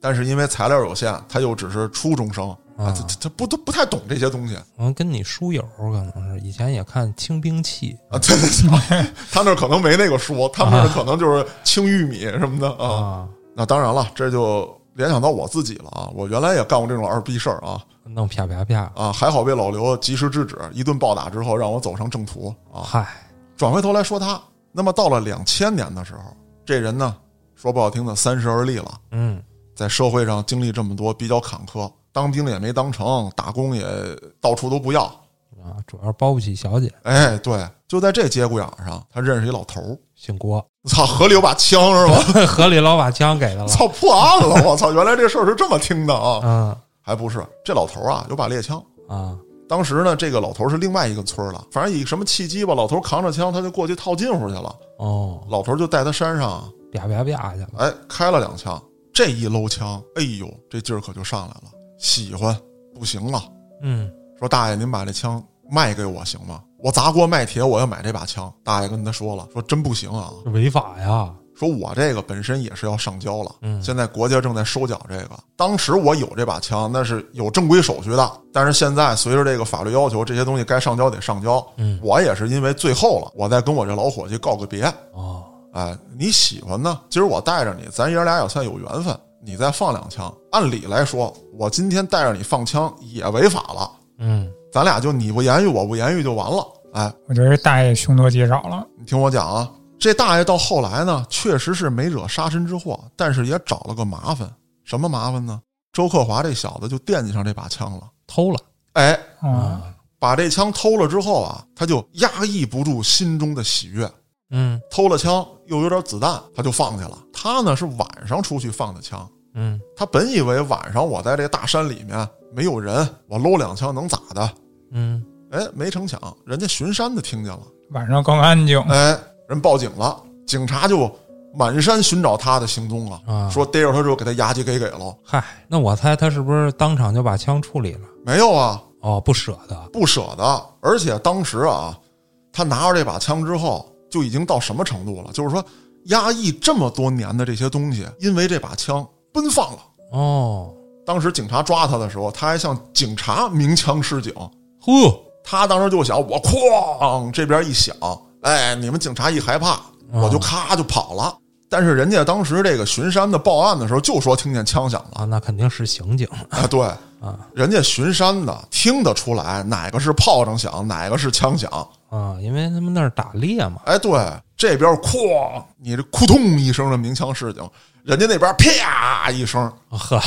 S1: 但是因为材料有限，他又只是初中生啊，
S2: 啊
S1: 他他他不都不太懂这些东西
S2: 可能跟你书友可能是以前也看清兵器
S1: 啊，对对对， 他那儿可能没那个书，他们那儿可能就是青玉米什么的啊。
S2: 啊，
S1: 那当然了，这就联想到我自己了啊，我原来也干过这种二逼事儿啊
S2: 弄啪啪啪，
S1: 啊，还好被老刘及时制止，一顿暴打之后让我走上正途啊。
S2: 嗨，
S1: 转回头来说他，那么到了两千年的时候，这人呢，说不好听的三十而立了，
S2: 嗯
S1: 在社会上经历这么多，比较坎坷，当兵也没当成，打工也到处都不要。
S2: 啊，主要包不起小姐，
S1: 哎，对，就在这节骨眼儿上，他认识一老头儿。
S2: 姓郭，
S1: 操，河里有把枪是吧？
S2: 河里老把枪给他了，
S1: 操，破案了！我操，原来这事儿是这么听的啊！
S2: 啊嗯
S1: 还不是，这老头儿啊有把猎枪。
S2: 啊，
S1: 当时呢，这个老头儿是另外一个村儿的，反正以什么契机吧，老头儿扛着枪，他就过去套近乎去了。
S2: 哦，
S1: 老头儿就带他山上啊
S2: 啪啪啪去了，
S1: 哎，开了两枪，这一搂枪，哎呦，这劲儿可就上来了，喜欢不行了，
S2: 嗯
S1: 说大爷您把这枪卖给我行吗？我砸锅卖铁，我要买这把枪。大爷跟他说了，说真不行啊，
S2: 这违法呀，
S1: 说我这个本身也是要上交了，
S2: 嗯
S1: 现在国家正在收缴这个。当时我有这把枪，那是有正规手续的，但是现在随着这个法律要求，这些东西该上交得上交。
S2: 嗯
S1: 我也是因为最后了，我再跟我这老伙计告个别，
S2: 哦，
S1: 哎，你喜欢呢？今儿我带着你，咱爷俩也算有缘分。你再放两枪，按理来说，我今天带着你放枪也违法了。
S2: 嗯
S1: 咱俩就你不言语我不言语就完了。哎，
S3: 我觉得这大爷凶多吉少了。
S1: 你听我讲啊，这大爷到后来呢，确实是没惹杀身之祸，但是也找了个麻烦。什么麻烦呢？周克华这小子就惦记上这把枪了。
S2: 偷了
S1: 哎，
S3: 啊，
S1: 把这枪偷了之后啊，他就压抑不住心中的喜悦，
S2: 嗯
S1: 偷了枪又有点子弹，他就放去了。他呢是晚上出去放的枪，
S2: 嗯
S1: 他本以为晚上我在这大山里面没有人，我搂两枪能咋的？
S2: 嗯
S1: 哎，没成想人家巡山的听见了，
S3: 晚上更安静。
S1: 哎，人报警了，警察就满山寻找他的行踪啊，
S2: 啊
S1: 说逮着他之后给他押解给给了，
S2: 嗨，那我猜他是不是当场就把枪处理了？
S1: 没有啊，
S2: 哦，不舍得，
S1: 不舍得，而且当时啊，他拿着这把枪之后，就已经到什么程度了？就是说，压抑这么多年的这些东西，因为这把枪奔放了。
S2: 哦，
S1: 当时警察抓他的时候，他还向警察鸣枪示警。
S2: 呼，
S1: 他当时就想，我哐这边一响，哎，你们警察一害怕，我就咔就跑了。但是人家当时这个巡山的报案的时候，就说听见枪响了。
S2: 啊，那肯定是刑警，
S1: 啊， 对，人家巡山的听得出来哪个是炮仗响，哪个是枪响。
S2: 啊，因为他们那儿打猎嘛，
S1: 哎，对，这边哐，你这扑通一声的鸣枪示警，人家那边啪一声，
S2: 啊呵，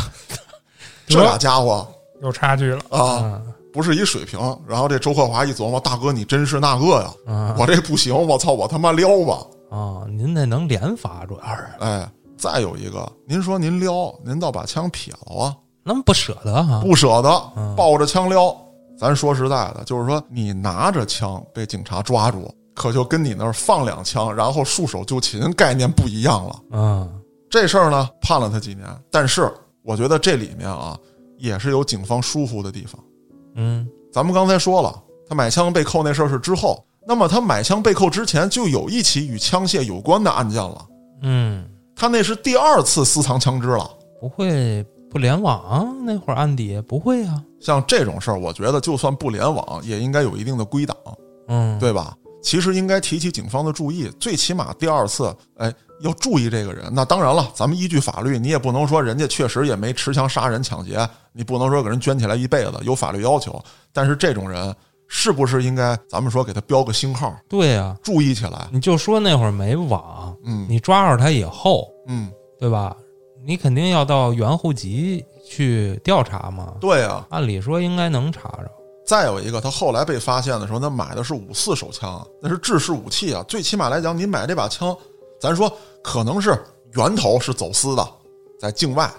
S1: 这俩家伙
S3: 有差距了。
S1: 啊，不是一水平。然后这周克华一琢磨，大哥你真是那个呀，我这不行，我操，我他妈撩吧，
S2: 啊，您那能连发主要是，
S1: 哎。再有一个，您说您撩，您倒把枪撇了啊，
S2: 那么不舍得哈、
S1: 不舍得，抱着枪撩。咱说实在的，就是说你拿着枪被警察抓住，可就跟你那儿放两枪，然后束手就擒概念不一样了。
S2: 嗯
S1: 这事儿呢判了他几年，但是我觉得这里面啊也是有警方疏忽的地方。
S2: 嗯
S1: 咱们刚才说了，他买枪被扣那事儿是之后，那么他买枪被扣之前就有一起与枪械有关的案件了，
S2: 嗯，
S1: 他那是第二次私藏枪支了。
S2: 不会不联网啊那会儿案底不会啊，
S1: 像这种事儿，我觉得就算不联网，也应该有一定的归档，
S2: 嗯，
S1: 对吧？其实应该提起警方的注意，最起码第二次，哎，要注意这个人。那当然了，咱们依据法律，你也不能说人家确实也没持枪杀人、抢劫，你不能说给人圈起来一辈子，有法律要求。但是这种人是不是应该，咱们说给他标个星号，
S2: 对啊，
S1: 注意起来？
S2: 你就说那会儿没网，
S1: 嗯
S2: 你抓着他以后，
S1: 嗯，
S2: 对吧？你肯定要到原户籍去调查嘛，
S1: 对啊。
S2: 按理说应该能查着，
S1: 再有一个，他后来被发现的时候，他买的是五四手枪啊，那是制式武器啊。最起码来讲，你买这把枪，咱说可能是源头是走私的，在境外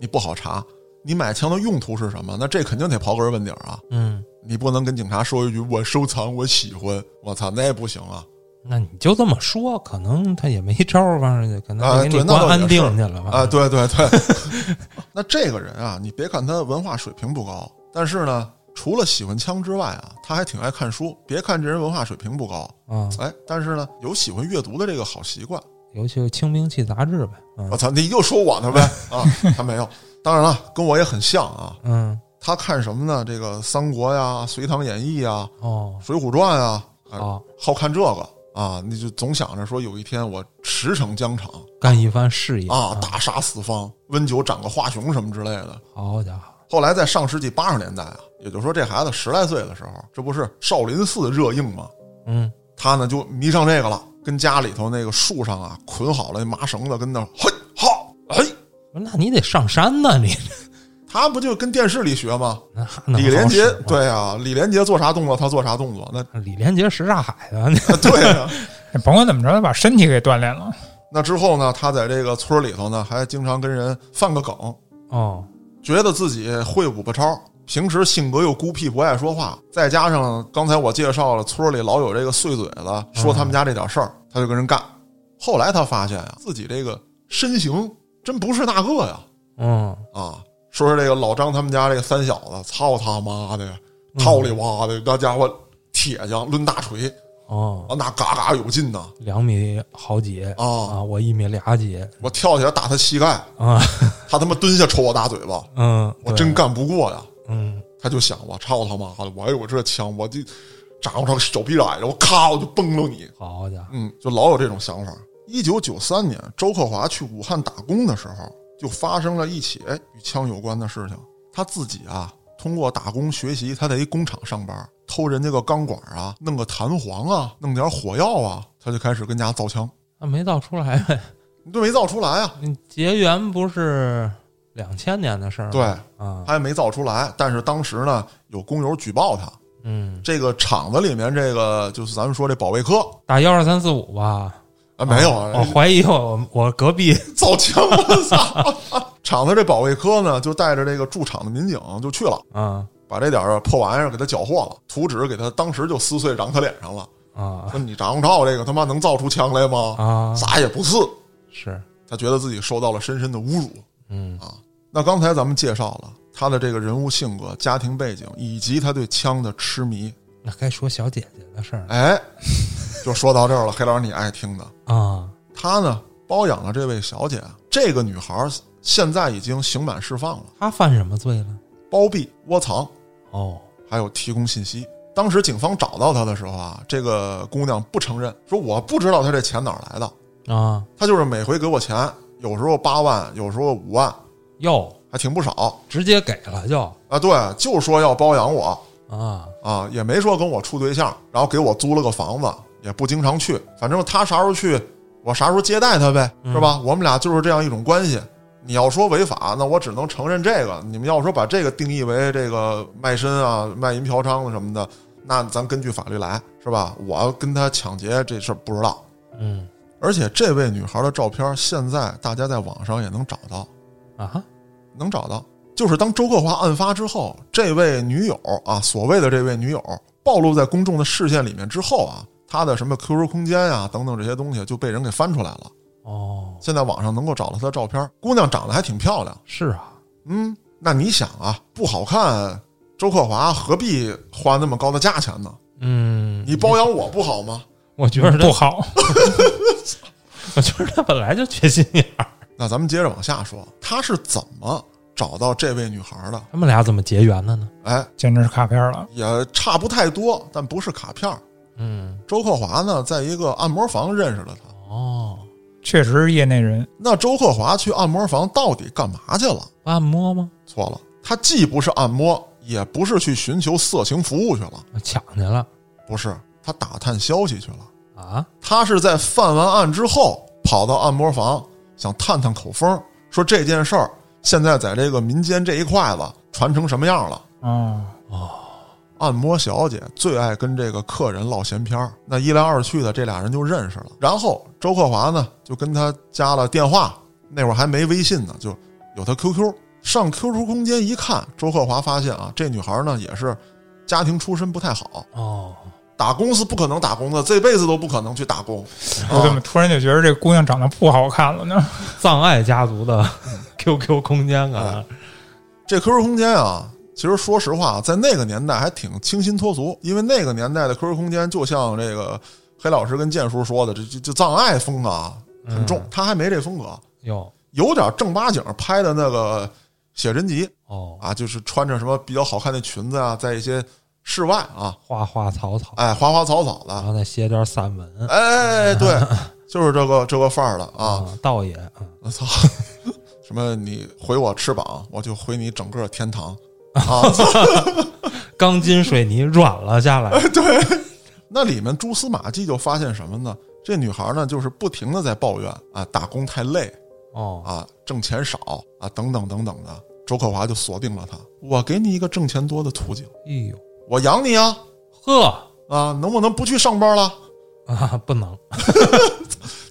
S1: 你不好查。你买枪的用途是什么？那这肯定得刨根问底儿啊！
S2: 嗯，
S1: 你不能跟警察说一句“我收藏，我喜欢”，我操，那也不行啊！
S2: 那你就这么说，可能他也没招儿，反正就可能
S1: 啊
S2: 就给
S1: 对
S2: 你
S1: 那倒
S2: 关
S1: 也
S2: 安定
S1: 是
S2: 去了吧？
S1: 啊，对对对。 那这个人啊，你别看他文化水平不高，但是呢，除了喜欢枪之外啊，他还挺爱看书。别看这人文化水平不高，
S2: 啊，
S1: 哎，但是呢，有喜欢阅读的这个好习惯。
S2: 尤其是轻兵器杂志呗，嗯
S1: 我操，你又说我呢呗？啊，他没有。当然了，跟我也很像啊。
S2: 嗯
S1: 他看什么呢？这个三国呀、《隋唐演义》呀、
S2: 哦
S1: 《水浒传》呀，哎
S2: 好，
S1: 好看这个啊，你就总想着说有一天我驰骋疆场
S2: 干一番事业
S1: 啊，大杀四方，温酒斩个华雄什么之类的。
S2: 好家伙，
S1: 后来在上世纪八十年代啊，也就是说这孩子十来岁的时候，这不是少林寺热映吗？
S2: 嗯
S1: 他呢就迷上这个了，跟家里头那个树上啊捆好了那麻绳子，跟那儿嘿哈嘿，
S2: 不是那你得上山呐，你
S1: 他不就跟电视里学吗？
S2: 那那
S1: 李
S2: 不好
S1: 连杰
S2: 使吗
S1: 对啊，李连杰做啥动作他做啥动作，那
S2: 李连杰什刹海的，那
S1: 对啊。
S3: 哎甭管怎么着，他把身体给锻炼了。
S1: 那之后呢，他在这个村里头呢还经常跟人犯个梗，
S2: 哦
S1: 觉得自己会五不超，平时性格又孤僻不爱说话，再加上刚才我介绍了村里老有这个碎嘴子说他们家这点事儿，他就跟人干。后来他发现啊，自己这个身形真不是那个呀
S2: 嗯
S1: 啊！说是这个老张他们家这三小子，操他妈的，套里哇的，那家伙铁匠抡大锤
S2: 哦，
S1: 啊，那嘎嘎有劲呐！
S2: 两米好几
S1: 哦
S2: 啊，我一米俩几
S1: 我跳起来打他膝盖，
S2: 啊，
S1: 他他妈蹲下抽我大嘴巴，
S2: 嗯，
S1: 我
S2: 对
S1: 真干不过呀！
S2: 嗯
S1: 他就想我操他妈的，我有这枪，我就长我这小逼崽子，我咔我就崩了你。
S2: 好家伙，
S1: 嗯，就老有这种想法。一九九三年，周克华去武汉打工的时候，就发生了一起哎与枪有关的事情。他自己啊通过打工学习，他在一工厂上班，偷人家个钢管啊，弄个弹簧啊，弄点火药啊，他就开始跟家造枪，
S2: 那没造出来呗。
S1: 你这没造出来啊？
S2: 你结缘不是两千年的事儿吗？
S1: 对，
S2: 啊，
S1: 他也没造出来。但是当时呢，有工友举报他，
S2: 嗯，
S1: 这个厂子里面这个就是咱们说这保卫科
S2: 打幺二三四五吧。
S1: 啊，没有
S2: 我
S1: 啊，
S2: 怀疑我我隔壁
S1: 造枪，我操！ 厂子这保卫科呢，就带着这个驻场的民警就去了，
S2: 啊
S1: 把这点儿破玩意儿给他缴获了，图纸给他当时就撕碎嚷他脸上了，
S2: 啊
S1: 说你长照这个他妈能造出枪来吗？
S2: 啊，
S1: 啥也不是，
S2: 是，
S1: 他觉得自己受到了深深的侮辱。
S2: 嗯
S1: 啊那刚才咱们介绍了他的这个人物性格、家庭背景以及他对枪的痴迷，
S2: 那该说小姐姐的事儿了
S1: 哎，就说到这儿了。黑老师，你爱听的，
S2: 啊，
S1: 他呢包养了这位小姐，这个女孩儿现在已经刑满释放了，
S2: 她犯什么罪了？
S1: 包庇、窝藏，
S2: 哦，
S1: 还有提供信息。当时警方找到她的时候啊，这个姑娘不承认，说我不知道她这钱哪儿来的，
S2: 啊，
S1: 她就是每回给我钱，有时候八万，有时候五万，
S2: 哟，
S1: 还挺不少
S2: 直接给了就
S1: 啊。对，就说要包养我
S2: 啊，
S1: 啊，也没说跟我处对象，然后给我租了个房子，也不经常去，反正她啥时候去，我啥时候接待她呗，是吧？我们俩就是这样一种关系。你要说违法，那我只能承认这个。你们要说把这个定义为这个卖身啊、卖淫嫖娼的什么的，那咱根据法律来，是吧？我要跟她抢劫这事儿不知道。
S2: 嗯
S1: 而且这位女孩的照片，现在大家在网上也能找到，
S2: 啊，
S1: 能找到。就是当周克华案发之后，这位女友啊，所谓的这位女友暴露在公众的视线里面之后啊，她的什么 QQ 空间啊等等这些东西就被人给翻出来了。
S2: 哦，
S1: 现在网上能够找到她的照片，姑娘长得还挺漂亮。
S2: 是啊，
S1: 嗯，那你想啊，不好看，周克华何必花那么高的价钱呢？
S2: 嗯，
S1: 你包养我不好吗？
S2: 我觉得
S3: 不
S2: 他，
S3: 好。
S2: 我觉得他本来就缺心眼儿。
S1: 那咱们接着往下说，他是怎么找到这位女孩的？
S2: 他们俩怎么结缘的呢？
S1: 哎，
S3: 简直是卡片了。
S1: 也差不太多，但不是卡片儿。
S2: 嗯，
S1: 周克华呢，在一个按摩房认识了他。
S2: 哦，
S3: 确实是业内人，
S1: 那周克华去按摩房到底干嘛去了？
S2: 按摩吗？
S1: 错了，他既不是按摩，也不是去寻求色情服务去了，
S2: 我啊抢去了
S1: 不是，他打探消息去了。
S2: 啊？
S1: 他是在犯完案之后跑到按摩房，想探探口风，说这件事儿现在在这个民间这一块子传成什么样了。
S3: 哦，
S1: 按摩小姐最爱跟这个客人唠闲篇儿，那一来二去的，这俩人就认识了。然后周克华呢，就跟他加了电话，那会儿还没微信呢，就有他 QQ。上 QQ 空间一看，周克华发现啊，这女孩呢也是家庭出身不太好，
S2: 哦，
S1: 打工是不可能打工的，这辈子都不可能去打工。
S3: 我怎么突然就觉得这姑娘长得不好看了呢？
S2: 葬爱家族 的 QQ 空间啊，
S1: 这 QQ 空间啊，其实说实话，在那个年代还挺清新脱俗，因为那个年代的 QQ 空间就像这个黑老师跟建叔说的，这这这葬爱风啊很重，他还没这风格，
S2: 哟，
S1: 有点正八经拍的那个写真集
S2: 哦，
S1: 啊，就是穿着什么比较好看的裙子啊，在一些室外啊，
S2: 花花草草，
S1: 哎，花花草草
S2: 然
S1: 的，
S2: 后再写点散文
S1: 哎，对，就是这个这个范儿了啊，，
S2: 道爷，嗯
S1: 我操！ 什么？你回我翅膀，我就回你整个天堂啊！
S2: 钢筋水泥软了下 来，
S1: 那里面蛛丝马迹就发现什么呢？这女孩呢，就是不停的在抱怨啊，打工太累
S2: 哦，
S1: 啊，挣钱少啊，等等等等的。周克华就锁定了她，我给你一个挣钱多的途径，
S2: 哎呦，
S1: 我养你啊
S2: 呵
S1: 啊，能不能不去上班了？
S2: 啊， 不能，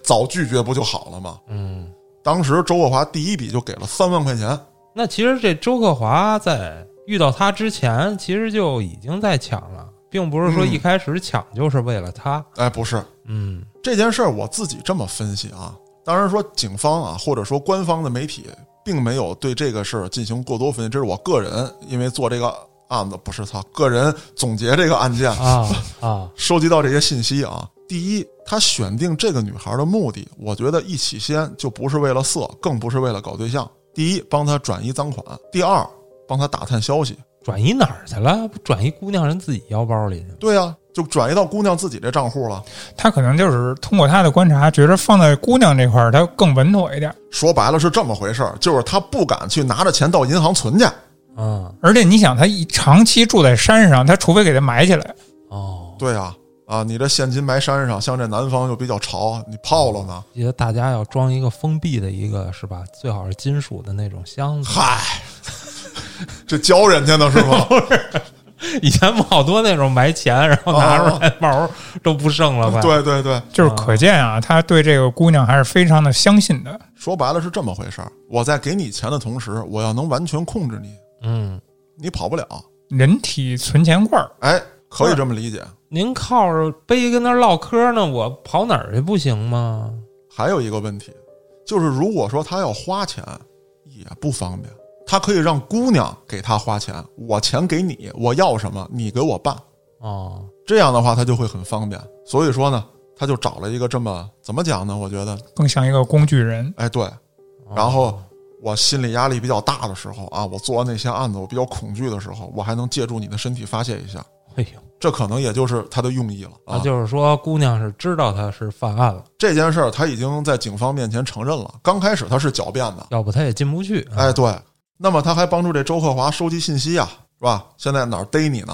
S1: 早拒绝不就好了吗？
S2: 嗯，
S1: 当时周克华第一笔就给了三万块钱，
S2: 那其实这周克华在遇到他之前，其实就已经在抢了，并不是说
S1: 嗯
S2: 一开始抢就是为了他，
S1: 哎，不是
S2: 嗯
S1: 这件事儿，我自己这么分析啊。当然说警方啊，或者说官方的媒体，并没有对这个事儿进行过多分析，这是我个人因为做这个案子不是他个人总结这个案件
S2: 啊啊，
S1: 收集到这些信息啊。第一，他选定这个女孩的目的，我觉得一起先就不是为了色，更不是为了搞对象。第一，帮她转移赃款；第二，帮她打探消息。
S2: 转移哪儿去了？不转移姑娘人自己腰包里去了
S1: 对呀、啊就转移到姑娘自己这账户了。
S3: 她可能就是通过她的观察，觉得放在姑娘这块儿，她更稳妥一点。
S1: 说白了是这么回事儿，就是他不敢去拿着钱到银行存去，
S2: 嗯，
S3: 而且你想，他一长期住在山上，他除非给他埋起来，
S2: 哦，
S1: 对啊，啊，你这现金埋山上，像这南方就比较潮，你泡了呢？
S2: 记得大家要装一个封闭的一个是吧？最好是金属的那种箱子。
S1: 嗨， 这教人家呢是吗？
S2: 以前不好多那种埋钱，然后拿出来毛都不剩了吧？，
S1: 对对对，
S3: 就是可见啊，他对这个姑娘还是非常的相信的。
S1: 说白了是这么回事儿。我在给你钱的同时，我要能完全控制你，
S2: 嗯，
S1: 你跑不了。
S3: 人体存钱罐儿，
S1: 哎，可以这么理解。
S2: 您靠着背跟那儿唠嗑呢，我跑哪儿去不行吗？
S1: 还有一个问题，就是如果说他要花钱，也不方便。他可以让姑娘给他花钱，我钱给你，我要什么你给我办。
S2: 哦，
S1: 这样的话，他就会很方便。所以说呢，他就找了一个这么怎么讲呢？我觉得，
S3: 更像一个工具人。
S1: 哎，对，然后我心理压力比较大的时候啊，我做完那些案子，我比较恐惧的时候，我还能借助你的身体发泄一下，
S2: 哎呦，
S1: 这可能也就是他的用意了
S2: 那
S1: 啊。
S2: 就是说姑娘是知道他是犯案了，
S1: 这件事儿他已经在警方面前承认了，刚开始他是狡辩的，
S2: 要不他也进不去。啊
S1: 哎，对，那么他还帮助这周克华收集信息啊，是吧？现在哪儿逮你呢？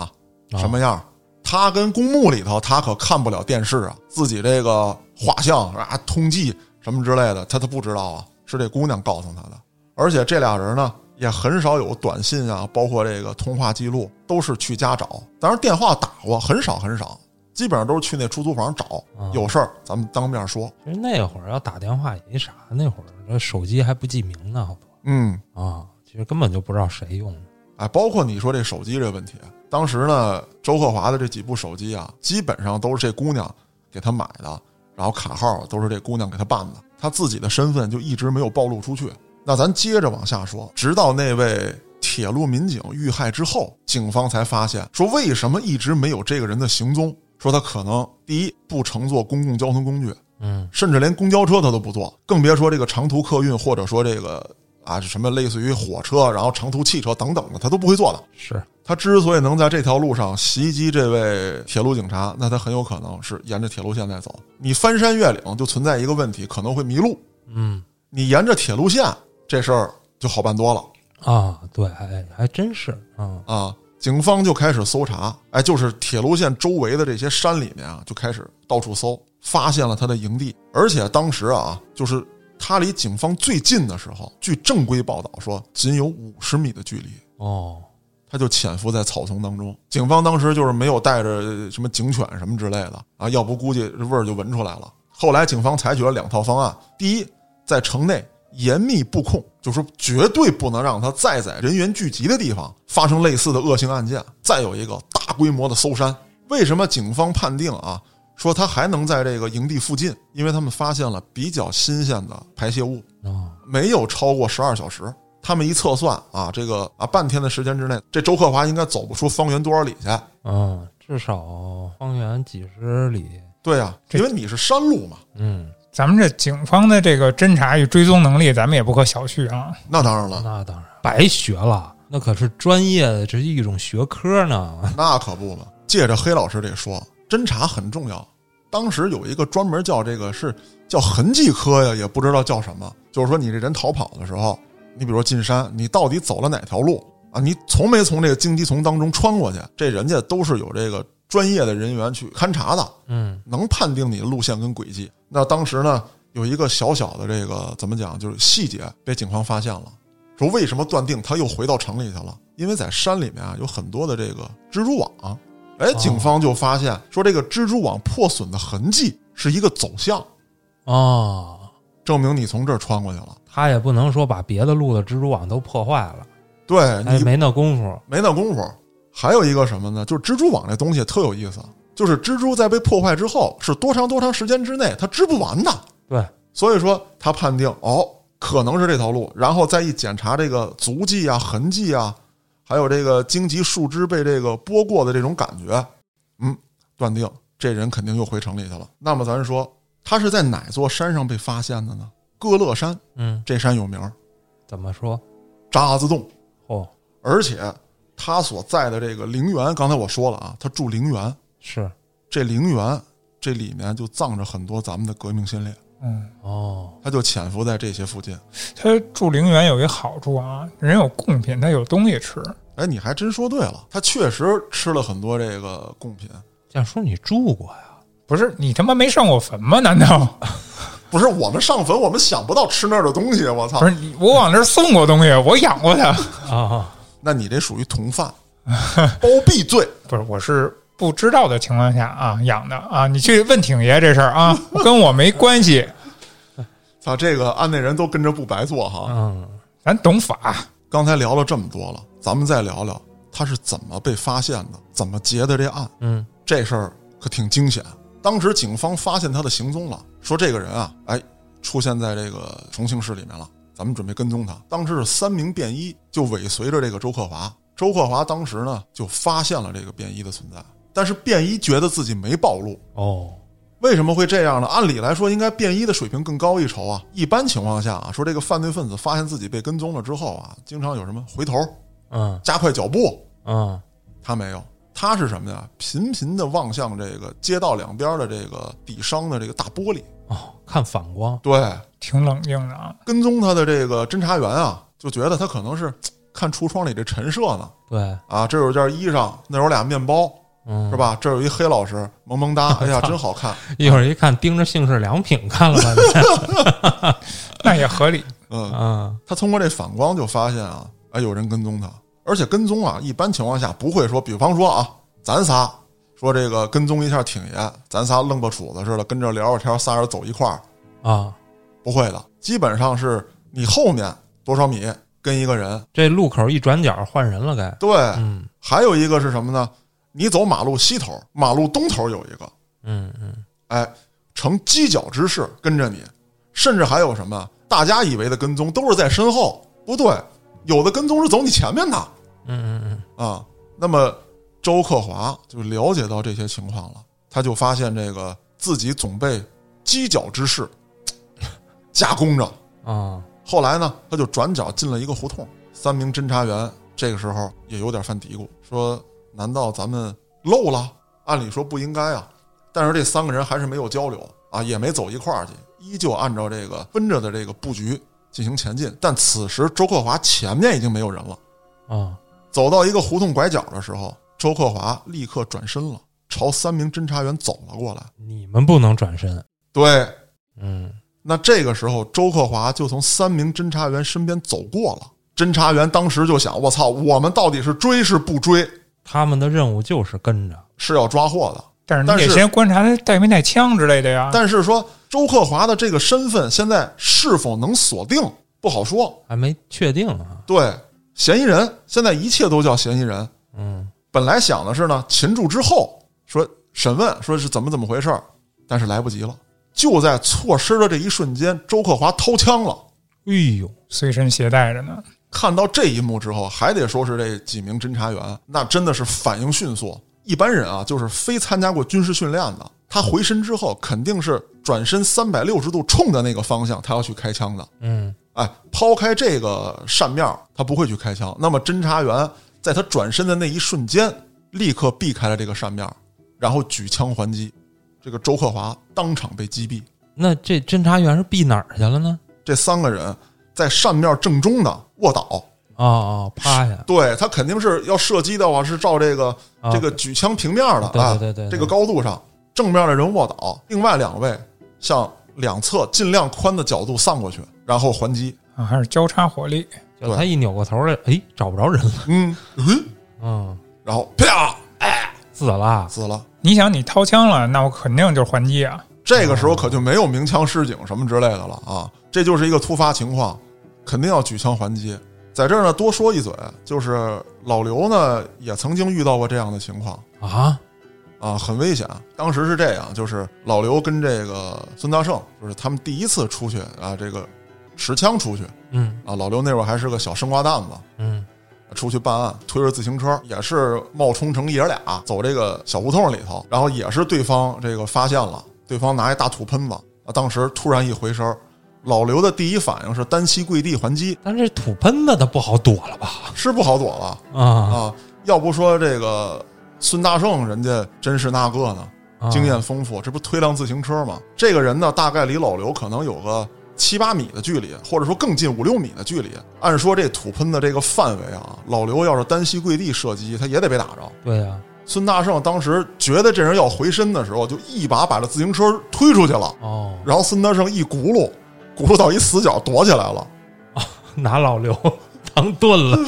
S2: 啊
S1: 什么样？他跟公墓里头，他可看不了电视啊，自己这个画像啊、通缉什么之类的，他他不知道啊，是这姑娘告诉他的。而且这俩人呢，也很少有短信啊，包括这个通话记录，都是去家找。当然电话打过，很少很少，基本上都是去那出租房找。
S2: 啊
S1: 有事儿咱们当面说。
S2: 其实那会儿要打电话也没啥，那会儿这手机还不记名呢，好多
S1: 嗯，
S2: 啊，其实根本就不知道谁用的。
S1: 哎，包括你说这手机这个问题，啊当时呢，周克华的这几部手机啊，基本上都是这姑娘给他买的，然后卡号都是这姑娘给他办的，他自己的身份就一直没有暴露出去。那咱接着往下说，直到那位铁路民警遇害之后，警方才发现说为什么一直没有这个人的行踪，说他可能第一不乘坐公共交通工具，
S2: 嗯
S1: 甚至连公交车他都不坐，更别说这个长途客运或者说这个啊什么类似于火车，然后长途汽车等等的，他都不会坐的。，
S2: 是
S1: 他之所以能在这条路上袭击这位铁路警察，那他很有可能是沿着铁路线在走。你翻山越岭就存在一个问题，可能会迷路。
S2: 嗯
S1: 你沿着铁路线这事儿就好办多了
S2: 啊，对，哎，还真是啊，
S1: 啊！警方就开始搜查，哎，就是铁路线周围的这些山里面啊，就开始到处搜，发现了他的营地。而且当时啊，就是他离警方最近的时候，据正规报道说，仅有五十米的距离。
S2: 哦，
S1: 他就潜伏在草丛当中。警方当时就是没有带着什么警犬什么之类的啊，要不估计这味儿就闻出来了。后来警方采取了两套方案：第一，在城内严密布控，就说绝对不能让他再在人员聚集的地方发生类似的恶性案件；再有一个大规模的搜山。为什么警方判定啊？说他还能在这个营地附近，因为他们发现了比较新鲜的排泄物，
S2: 哦，
S1: 没有超过十二小时。他们一测算啊，这个啊半天的时间之内，这周克华应该走不出方圆多少里去。
S2: 嗯，至少方圆几十里，
S1: 对呀、
S3: 这
S1: 因为你是山路嘛，
S2: 嗯，
S3: 咱们这警方的这个侦查与追踪能力，咱们也不可小觑啊。
S1: 那当然了，
S2: 那当然白学了，那可是专业的，这是一种学科呢。
S1: 那可不嘛。借着黑老师这说，侦查很重要。当时有一个专门叫这个是叫痕迹科呀，也不知道叫什么，就是说你这人逃跑的时候，你比如说进山，你到底走了哪条路啊？你从没从这个荆棘丛当中穿过去？这人家都是有这个专业的人员去勘察的。
S2: 嗯
S1: 能判定你的路线跟轨迹。那当时呢，有一个小小的这个怎么讲，就是细节被警方发现了，说为什么断定他又回到城里去了？因为在山里面啊有很多的这个蜘蛛网，
S2: 哦
S1: 哎，警方就发现说这个蜘蛛网破损的痕迹是一个走向，
S2: 哦，
S1: 证明你从这儿穿过去了。
S2: 他也不能说把别的路的蜘蛛网都破坏了，
S1: 对
S2: 哎，
S1: 你
S2: 没那功夫。
S1: 没那功夫。还有一个什么呢？就是蜘蛛网这东西特有意思，就是蜘蛛在被破坏之后是多长多长时间之内它织不完的。
S2: 对，
S1: 所以说他判定哦，可能是这条路，然后再一检查这个足迹啊、痕迹啊，还有这个荆棘树枝被这个拨过的这种感觉，嗯，断定这人肯定又回城里去了。那么咱说，他是在哪座山上被发现的呢？各乐山，
S2: 嗯，
S1: 这山有名儿，
S2: 怎么说？
S1: 渣滓洞，
S2: 哦，
S1: 而且他所在的这个陵园，刚才我说了啊，他住陵园，
S2: 是
S1: 这陵园这里面就葬着很多咱们的革命先烈。
S3: 嗯，
S2: 哦，
S1: 他就潜伏在这些附近。
S3: 他住陵园有一好处啊，人有贡品，他有东西吃。
S1: 哎，你还真说对了，他确实吃了很多这个贡品。
S2: 建叔，你住过呀？
S3: 不是你他妈没上过坟吗？难道
S1: 不是我们上坟，我们想不到吃那儿的东西。我操
S3: 不！是你我往那儿送过东西，我养过它。
S2: 啊，
S1: 那你这属于同犯，包庇罪。
S3: 不是，我是不知道的情况下啊养的啊。你去问挺爷这事儿 啊，跟我没关系，
S1: 操，这个案内人都跟着不白做哈。
S2: 嗯，
S3: 咱懂法。
S1: 刚才聊了这么多了，咱们再聊聊他是怎么被发现的，怎么结的这案。
S2: 嗯，
S1: 这事儿可挺惊险。当时警方发现他的行踪了，说这个人啊，哎，出现在这个重庆市里面了，咱们准备跟踪他。当时是三名便衣就尾随着这个周克华，周克华当时呢就发现了这个便衣的存在，但是便衣觉得自己没暴露，
S2: 哦，
S1: 为什么会这样呢？按理来说，应该便衣的水平更高一筹啊。一般情况下啊，说这个犯罪分子发现自己被跟踪了之后啊，经常有什么回头、
S2: 嗯
S1: 加快脚步，
S2: 嗯，
S1: 他没有，他是什么呀？频频的望向这个街道两边的这个底商的这个大玻璃。
S2: 哦，看反光，
S1: 对，
S3: 挺冷静的 啊，
S1: 跟踪他的这个侦查员啊，就觉得他可能是嘖看橱窗里这陈设呢。
S2: 对，
S1: 啊，这有件衣裳，那有俩面包，
S2: 嗯，
S1: 是？吧？这有一黑老师，萌萌哒，哎呀，真好看。
S2: 一会儿一看盯着姓氏良品看了半 天，
S3: 那也合理。
S1: 嗯，
S2: 嗯
S1: 他通过这反光就发现啊，哎，有人跟踪他，而且跟踪啊，一般情况下不会说，比方说啊，咱仨说这个跟踪一下挺爷，咱仨愣个杵子似的跟着聊聊天，仨人走一块儿，
S2: 啊，
S1: 不会的，基本上是你后面多少米跟一个人，
S2: 这路口一转角换人了，该，
S1: 对，
S2: 嗯
S1: 还有一个是什么呢？你走马路西头，马路东头有一个，
S2: 嗯嗯，
S1: 哎，呈犄角之势跟着你，甚至还有什么？大家以为的跟踪都是在身后，不对，有的跟踪是走你前面的。
S2: 嗯嗯
S1: 啊。那么周克华就了解到这些情况了，他就发现这个自己总被犄角之势夹攻着。
S2: 嗯，啊，
S1: 后来呢，他就转角进了一个胡同，三名侦查员这个时候也有点犯嘀咕，说：“难道咱们漏了？按理说不应该啊。”但是这三个人还是没有交流啊，也没走一块儿去，依旧按照这个分着的这个布局进行前进。但此时周克华前面已经没有人了。
S2: 啊，
S1: 走到一个胡同拐角的时候，周克华立刻转身了，朝三名侦查员走了过来。
S2: 你们不能转身，
S1: 对，
S2: 嗯，
S1: 那这个时候周克华就从三名侦查员身边走过了。侦查员当时就想：我操，我们到底是追是不追？
S2: 他们的任务就是跟着，
S1: 是要抓获的。
S3: 但是你
S1: 但
S3: 得
S1: 是
S3: 先观察他带没带枪之类的呀。
S1: 但是说周克华的这个身份现在是否能锁定，不好说。
S2: 还没确定啊，
S1: 对，嫌疑人现在一切都叫嫌疑人，
S2: 嗯
S1: 本来想的是呢，擒住之后说审问，说是怎么怎么回事儿，但是来不及了。就在错失的这一瞬间，周克华掏枪了。
S2: 哎呦，
S3: 随身携带着呢，
S1: 看到这一幕之后，还得说是这几名侦查员，那真的是反应迅速。一般人啊，就是非参加过军事训练的，他回身之后肯定是转身三百六十度冲的那个方向，他要去开枪的。
S2: 嗯
S1: 哎，抛开这个扇面儿，他不会去开枪。那么侦查员在他转身的那一瞬间，立刻避开了这个扇面儿，然后举枪还击。这个周克华当场被击毙。
S2: 那这侦查员是避哪儿去了呢？
S1: 这三个人在扇面正中呢卧倒，
S2: 哦哦，趴下，
S1: 对他肯定是要射击的话是照这个、
S2: 啊
S1: 这个举枪平面儿的
S2: 对
S1: 啊，
S2: 对对对对
S1: 这个高度上，正面的人卧倒，另外两位向两侧尽量宽的角度散过去，然后还 击。
S3: 啊，还是交叉火力。
S2: 就他一扭过头来，哎，找不着人了，
S1: 嗯嗯，
S2: 嗯，
S1: 然后啪
S2: 死了，
S1: 死了。
S3: 你想，你掏枪了，那我肯定就是还击啊。
S1: 这个时候可就没有鸣枪示警什么之类的了啊，这就是一个突发情况，肯定要举枪还击。在这儿呢，多说一嘴，就是老刘呢也曾经遇到过这样的情况
S2: 啊，
S1: 啊，很危险。当时是这样，就是老刘跟这个孙大圣，就是他们第一次出去啊，这个持枪出去
S2: 嗯
S1: 啊。老刘那会儿还是个小生瓜蛋子，
S2: 嗯
S1: 出去办案，推着自行车，也是冒充成爷俩走这个小胡同里头，然后也是对方这个发现了，对方拿一大土喷子啊，当时突然一回身，老刘的第一反应是单膝跪地还击，
S2: 但是这土喷子他不好躲了吧？
S1: 是不好躲了
S2: 啊
S1: 啊，要不说这个孙大圣人家真是那个呢，
S2: 啊
S1: 经验丰富，这不推辆自行车吗？这个人呢，大概离老刘可能有个七八米的距离，或者说更近五六米的距离。按说这土喷的这个范围啊，老刘要是单膝跪地射击，他也得被打着。
S2: 对呀、
S1: 孙大圣当时觉得这人要回身的时候，就一把把这自行车推出去了，
S2: 哦，
S1: 然后孙大圣一轱辘，轱辘到一死角躲起来了。
S2: 拿老刘当盾了，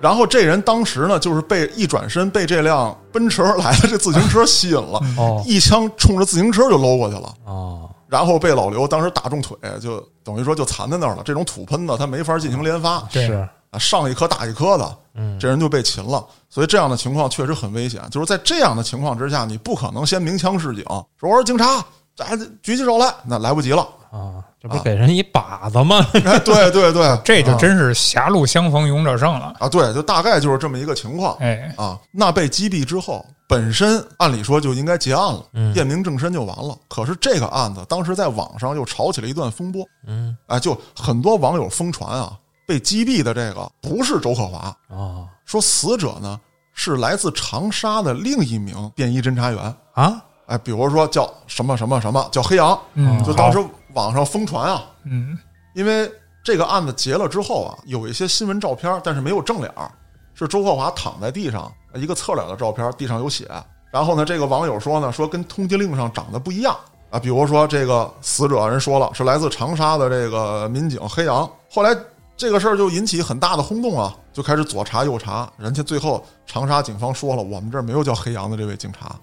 S1: 然后这人当时呢，就是被一转身被这辆奔驰而来的这自行车吸引了，
S2: 哦
S1: 一枪冲着自行车就搂过去了，
S2: 哦，
S1: 然后被老刘当时打中腿，就等于说就残在那儿了。这种土喷子他没法进行连发，
S3: 对
S2: 是，
S1: 啊上一颗打一颗的，
S2: 嗯，
S1: 这人就被擒了。所以这样的情况确实很危险，就是在这样的情况之下，你不可能先鸣枪示警，说我是警察，咱举起手来，那来不及了。
S2: 啊，这不给人一靶子吗？
S1: 哎，对对对，
S3: 这就
S1: 啊
S3: 真是狭路相逢勇者胜了。
S1: 啊，对，就大概就是这么一个情况。
S3: 哎，
S1: 啊，那被击毙之后，本身按理说就应该结案了，
S2: 嗯
S1: 验明正身就完了。可是这个案子当时在网上又炒起了一段风波，
S2: 嗯，
S1: 哎，就很多网友疯传啊，被击毙的这个不是周克华，
S2: 哦
S1: 说死者呢是来自长沙的另一名便衣侦查员，
S2: 啊，
S1: 哎，比如说叫什么什么什么，叫黑羊，
S3: 嗯，
S1: 就当
S3: 好，
S1: 时网上疯传啊，
S3: 嗯，
S1: 因为这个案子结了之后啊，有一些新闻照片，但是没有正脸儿，是周克华躺在地上一个侧脸的照片，地上有血。然后呢，这个网友说呢，说跟通缉令上长得不一样啊，比如说这个死者人说了是来自长沙的这个民警黑羊。后来这个事儿就引起很大的轰动啊，就开始左查右查，人家最后长沙警方说了，我们这儿没有叫黑羊的这位警察，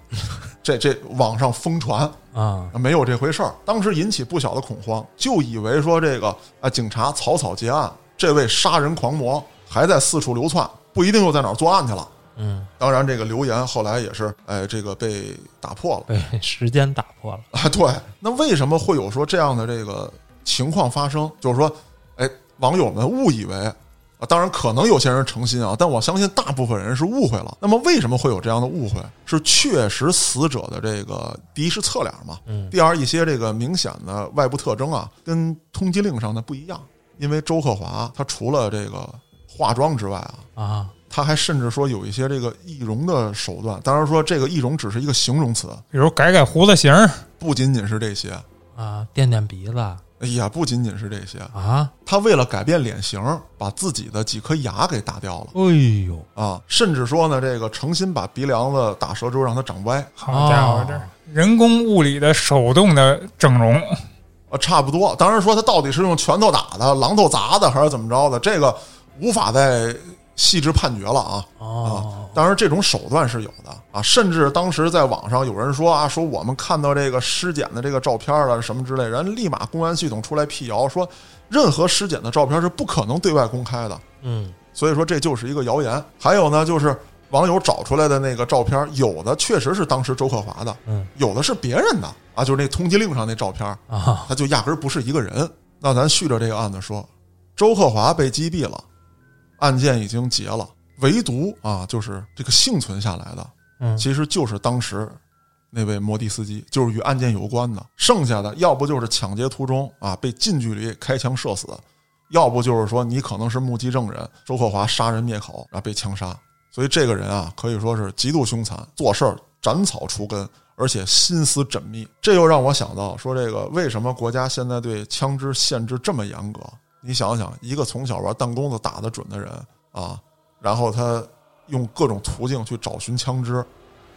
S1: 这这网上疯传。
S2: 啊，
S1: 没有这回事儿。当时引起不小的恐慌，就以为说这个啊，警察草草结案，这位杀人狂魔还在四处流窜，不一定又在哪儿作案去了。
S2: 嗯，
S1: 当然，这个流言后来也是，哎，这个被打破了。
S2: 被时间打破了，
S1: 啊，对，那为什么会有说这样的这个情况发生？就是说，哎，网友们误以为啊，当然可能有些人诚心啊，但我相信大部分人是误会了。那么为什么会有这样的误会？是确实死者的这个第一是侧脸嘛，
S2: 嗯
S1: 第二一些这个明显的外部特征啊，跟通缉令上的不一样。因为周克华他除了这个化妆之外啊，
S2: 啊，
S1: 他还甚至说有一些这个易容的手段。当然说这个易容只是一个形容词，
S3: 比如改改胡子型儿，
S1: 不仅仅是这些。
S2: 啊，垫垫鼻子
S1: 哎呀，不仅仅是这些，
S2: 啊，
S1: 他为了改变脸型，把自己的几颗牙给打掉了
S2: 哎呦，
S1: 啊，甚至说呢，这个诚心把鼻梁子打折之后让它长歪
S3: 好家伙，
S2: 哦
S3: 这人工物理的手动的整容，
S1: 啊，差不多。当然说他到底是用拳头打的、榔头砸的，还是怎么着的，这个无法再细致判决了啊。啊
S2: 哦，，
S1: 当然这种手段是有的啊，甚至当时在网上有人说啊，说我们看到这个尸检的这个照片了什么之类，人立马公安系统出来辟谣，说任何尸检的照片是不可能对外公开的。
S2: 嗯，
S1: 所以说这就是一个谣言。还有呢，就是网友找出来的那个照片，有的确实是当时周克华的，
S2: 嗯，
S1: 有的是别人的啊，就是那通缉令上那照片，
S2: 啊，
S1: 他就压根儿不是一个人。那咱续着这个案子说，周克华被击毙了，案件已经结了，唯独啊，就是这个幸存下来的，
S2: 嗯
S1: 其实就是当时。那位摩的司机就是与案件有关的，剩下的要不就是抢劫途中啊被近距离开枪射死，要不就是说你啊可能是目击证人，周克华杀人灭口，然后被枪杀。所以这个人啊，可以说是极度凶残，做事儿斩草除根，而且心思缜密。这又让我想到说，这个为什么国家现在对枪支限制这么严格？你想想，一个从小玩弹弓子打得准的人啊，然后他用各种途径去找寻枪支，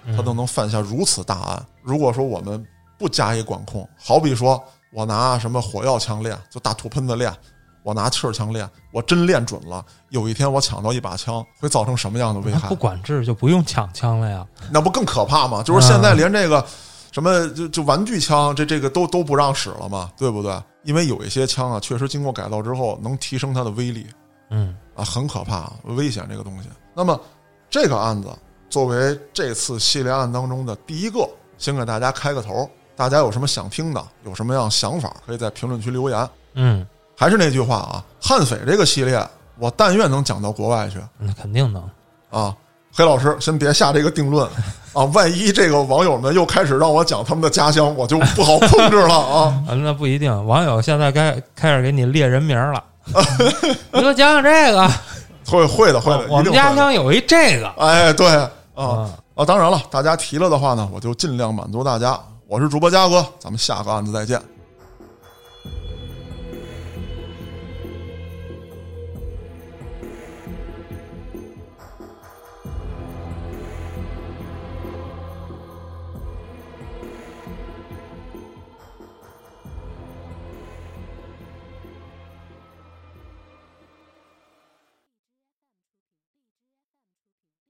S2: 嗯
S1: 他都能犯下如此大案。如果说我们不加以管控，好比说我拿什么火药枪练，就大土喷子练，我拿气儿枪练，我真练准了，有一天我抢到一把枪，会造成什么样的危
S2: 那
S1: 害？
S2: 不管制就不用抢枪了呀，
S1: 那不更可怕吗？就是现在连这个什么就就玩具枪这这个都都不让使了嘛，对不对？因为有一些枪啊，确实经过改造之后能提升它的威力
S2: 嗯
S1: 啊，很可怕，危险这个东西。那么这个案子作为这次系列案当中的第一个，先给大家开个头。大家有什么想听的，有什么样想法，可以在评论区留言。
S2: 嗯，
S1: 还是那句话啊，悍匪这个系列，我但愿能讲到国外去。
S2: 那肯定能，
S1: 啊，黑老师，先别下这个定论啊，万一这个网友们又开始让我讲他们的家乡，我就不好控制了啊。
S2: 啊，那不一定，网友现在该开始给你列人名 了，你给我讲讲这个，
S1: 会会的，会的，
S2: 我
S1: 一定会
S2: 们家
S1: 的。
S2: 乡有一这个
S1: 哎，对啊
S2: 啊
S1: 啊，啊，当然了，大家提了的话呢，我就尽量满足大家。我是主播嘉哥，咱们下个案子再见，